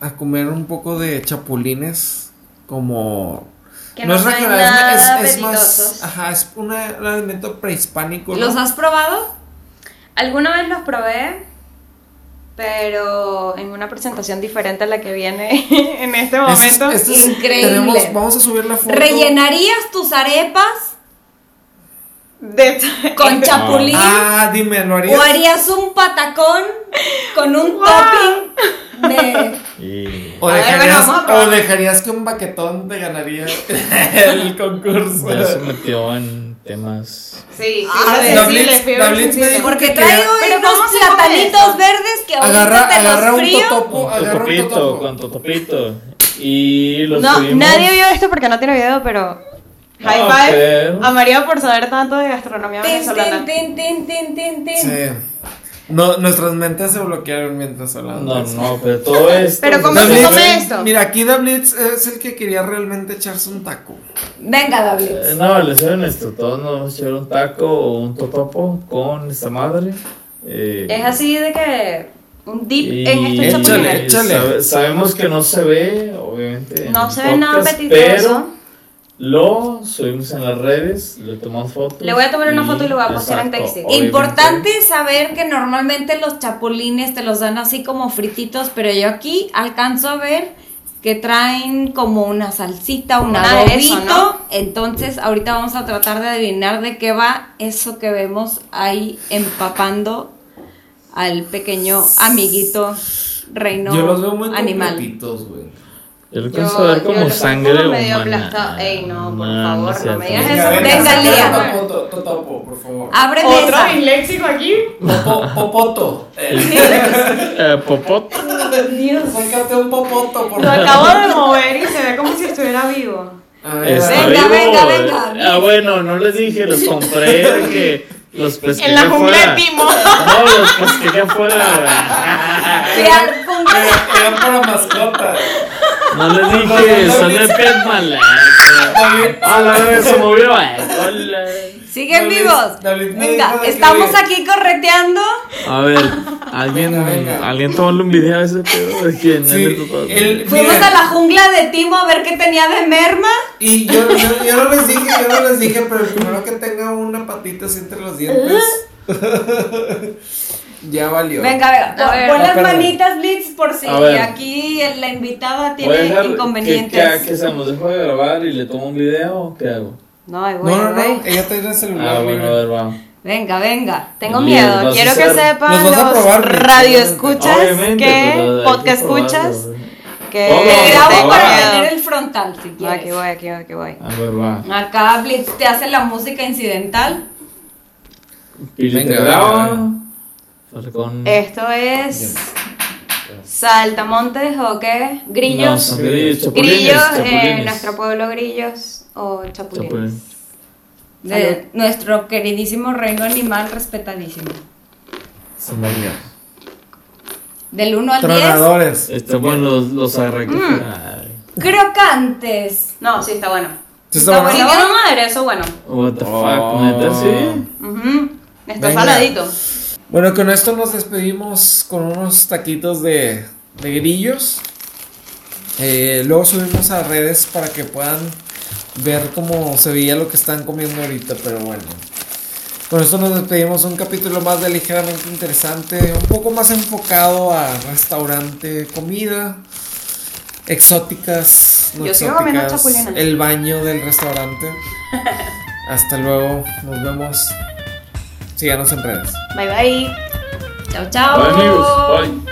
Speaker 1: a comer un poco de chapulines como
Speaker 2: Que no traen nada apetitosos.
Speaker 1: ajá, es una- un alimento prehispánico. ¿no?
Speaker 5: ¿Los has probado?
Speaker 2: Alguna vez los probé, pero en una presentación diferente a la que viene en este
Speaker 1: Este es-
Speaker 2: momento.
Speaker 1: este es-
Speaker 5: Increíble.
Speaker 1: tenemos- vamos a subir la foto.
Speaker 5: ¿Rellenarías tus arepas
Speaker 2: de-
Speaker 5: con chapulín?
Speaker 1: Ah, dime, ¿lo harías?
Speaker 5: ¿O harías un patacón con un
Speaker 2: Wow.
Speaker 5: topping de
Speaker 4: Y-
Speaker 1: ¿O
Speaker 5: A ver,
Speaker 1: dejarías,
Speaker 5: bueno, vamos a probar.
Speaker 1: o dejarías que un baquetón te ganaría el concurso?
Speaker 4: Ya se metió en temas.
Speaker 2: Sí,
Speaker 5: Ah,
Speaker 2: fibra
Speaker 5: ver,
Speaker 1: la
Speaker 2: sensible,
Speaker 1: Blitz-
Speaker 2: fibra
Speaker 1: la Blitz me
Speaker 2: sensible.
Speaker 1: dijo
Speaker 5: Porque
Speaker 1: que
Speaker 5: traigo
Speaker 2: Pero ¿cómo
Speaker 5: unos
Speaker 2: se come
Speaker 5: platanitos
Speaker 2: esto?
Speaker 5: verdes que ahorita
Speaker 1: agarra,
Speaker 5: te los
Speaker 1: agarra un
Speaker 5: este frío.
Speaker 1: totopo,
Speaker 4: Con
Speaker 1: agarra un
Speaker 4: Totopito,
Speaker 1: totopo.
Speaker 4: con Totopito. Y los
Speaker 2: No,
Speaker 4: subimos.
Speaker 2: nadie vio esto porque no tiene video, pero.
Speaker 4: No,
Speaker 2: High five Ah.
Speaker 4: pero-
Speaker 2: a María por saber tanto de gastronomía venezolana.
Speaker 5: Tin, tin, tin, tin, tin, tin.
Speaker 1: Sí. No, nuestras mentes se bloquearon mientras hablábamos.
Speaker 4: No, no, pero todo esto.
Speaker 2: Pero ¿cómo
Speaker 1: Da
Speaker 2: se
Speaker 1: Blitz,
Speaker 2: come esto?
Speaker 1: Mira, aquí Da Blitz es el que quería realmente echarse un taco.
Speaker 5: Venga, David.
Speaker 4: Eh, No, les soy honesto, todos nos vamos a echar un taco o un totopo con esta madre. Eh,
Speaker 2: Es así de que. Un dip
Speaker 4: y-
Speaker 2: en este estos chapulines.
Speaker 1: Échale, échale.
Speaker 4: sabe- sabemos que no se ve, obviamente. en
Speaker 2: No
Speaker 4: el
Speaker 2: se ve nada
Speaker 4: podcast,
Speaker 2: apetitoso.
Speaker 4: Pero lo subimos en las redes, le tomamos fotos.
Speaker 2: Le voy a tomar una foto y lo voy a postear en
Speaker 4: exacto,
Speaker 2: Tasty.
Speaker 4: obviamente.
Speaker 5: Importante saber que normalmente los chapulines te los dan así como frititos, pero yo aquí alcanzo a ver que traen como una salsita, un
Speaker 2: Un
Speaker 5: adobito.
Speaker 2: aderezo, ¿no?
Speaker 5: Entonces, ahorita vamos a tratar de adivinar de qué va eso que vemos ahí empapando al pequeño amiguito reino
Speaker 1: Yo los veo muy
Speaker 5: animal.
Speaker 1: completitos, güey.
Speaker 4: Yo lo alcanzo a ver
Speaker 2: yo
Speaker 4: como
Speaker 2: lo-
Speaker 4: sangre
Speaker 2: como medio
Speaker 4: humana.
Speaker 2: aplastado. Ey, no, por
Speaker 4: No,
Speaker 2: favor,
Speaker 4: no
Speaker 2: no,
Speaker 4: es cierto.
Speaker 2: me digas
Speaker 5: Venga,
Speaker 2: eso.
Speaker 5: venga,
Speaker 2: Venga,
Speaker 5: venga.
Speaker 2: Lía.
Speaker 6: Topo, totopo, por favor.
Speaker 5: Abre
Speaker 6: Otro
Speaker 5: mesa.
Speaker 6: disléxico aquí. Popo- popoto. Eh,
Speaker 4: Eh, popot.
Speaker 6: Dios. Sácate un popoto, por
Speaker 2: Lo
Speaker 6: favor.
Speaker 2: acabo de mover y se ve como si estuviera vivo.
Speaker 1: A ver,
Speaker 4: Está
Speaker 5: Venga,
Speaker 4: vivo.
Speaker 5: venga, venga.
Speaker 4: Ah, bueno, no les dije, los compré de que los pesqué
Speaker 6: En la jungla
Speaker 4: afuera.
Speaker 6: de Timo.
Speaker 4: No, los pesqué afuera,
Speaker 5: Vean, pongan-
Speaker 6: Eran para mascota.
Speaker 4: güey. No les dije, son de piel mala. Ah, la verga, se movió. ay, hola.
Speaker 5: Siguen
Speaker 6: David-
Speaker 5: vivos.
Speaker 6: David me
Speaker 5: Venga,
Speaker 6: dijo de que-
Speaker 5: estamos aquí correteando.
Speaker 4: A ver, alguien,
Speaker 6: Venga, venga.
Speaker 4: alguien tomó un video de ese pedo de quién
Speaker 6: Sí,
Speaker 4: es tu papá?
Speaker 6: el-
Speaker 5: Fuimos
Speaker 6: mira,
Speaker 5: a la jungla de Timo a ver qué tenía de merma.
Speaker 1: Y yo, yo, yo no les dije, yo no les dije, pero el primero que tenga una patita así entre los dientes. ya valió.
Speaker 5: Venga, venga.
Speaker 2: A
Speaker 5: pon-
Speaker 2: ver.
Speaker 5: pon
Speaker 1: Ah,
Speaker 5: las
Speaker 1: perdón.
Speaker 5: manitas, Blitz, por si
Speaker 4: A ver.
Speaker 5: aquí la invitada
Speaker 4: Voy a
Speaker 5: tiene
Speaker 4: dejar que-
Speaker 5: inconvenientes.
Speaker 4: que- que se nos dejo de grabar y le tomo un video o qué hago?
Speaker 2: No, ay,
Speaker 1: No,
Speaker 2: bueno,
Speaker 1: no,
Speaker 2: güey.
Speaker 1: no, ella trae el celular.
Speaker 4: Ah, bueno, a
Speaker 1: mira.
Speaker 4: ver, vamos.
Speaker 5: Venga, venga.
Speaker 2: Tengo
Speaker 4: Los
Speaker 2: miedo.
Speaker 4: vas a
Speaker 2: Quiero que
Speaker 4: hacer-
Speaker 2: sepan
Speaker 1: los
Speaker 2: los,
Speaker 1: vas a probar, güey.
Speaker 2: radioescuchas
Speaker 4: Obviamente, pero hay
Speaker 2: que
Speaker 4: que
Speaker 2: podcast
Speaker 4: probarlo,
Speaker 2: escuchas
Speaker 4: güey.
Speaker 2: que
Speaker 4: Todo,
Speaker 5: Te
Speaker 4: por
Speaker 5: grabo
Speaker 2: oh,
Speaker 4: favor.
Speaker 5: para tener el frontal, si
Speaker 2: No, aquí
Speaker 5: quieres.
Speaker 2: voy, aquí voy, aquí voy.
Speaker 4: A ver, va.
Speaker 5: Acá Blitz te hace la música incidental.
Speaker 4: Y
Speaker 1: Venga,
Speaker 4: te
Speaker 1: venga,
Speaker 4: graba. Falcón.
Speaker 2: Esto es saltamontes o qué?
Speaker 4: No,
Speaker 2: Grillos.
Speaker 4: son grillos, chapulines.
Speaker 2: grillos, en
Speaker 4: chapulines.
Speaker 2: nuestro pueblo grillos o chapulines.
Speaker 4: Chapulines.
Speaker 2: Mm.
Speaker 5: De
Speaker 2: Salud.
Speaker 5: nuestro queridísimo reino animal respetadísimo.
Speaker 4: Se me olvidó.
Speaker 5: Del 1 al 10.
Speaker 1: Tronadores.
Speaker 4: Están buenos los, los arreglos.
Speaker 2: Mm.
Speaker 4: Ay,
Speaker 5: Crocantes.
Speaker 2: No, sí, está bueno.
Speaker 1: ¿Sí está
Speaker 5: bueno.
Speaker 2: Si tiene un aderezo, bueno.
Speaker 4: What the
Speaker 1: Oh.
Speaker 4: fuck, neta, sí.
Speaker 2: Ujú. Está
Speaker 1: Venga.
Speaker 2: saladito.
Speaker 1: Bueno, con esto nos despedimos con unos taquitos de, de grillos. Eh, luego subimos a redes para que puedan ver cómo se veía lo que están comiendo ahorita, pero bueno. Con esto nos despedimos un capítulo más de ligeramente interesante, un poco más enfocado a restaurante, comida, exóticas, no
Speaker 2: Yo sigo comiendo
Speaker 1: exóticas,
Speaker 2: chapulines.
Speaker 1: el baño del restaurante. Hasta luego, nos vemos. Síganos en redes.
Speaker 2: Bye bye.
Speaker 5: Chao, chao.
Speaker 4: Bye, amigos. Bye.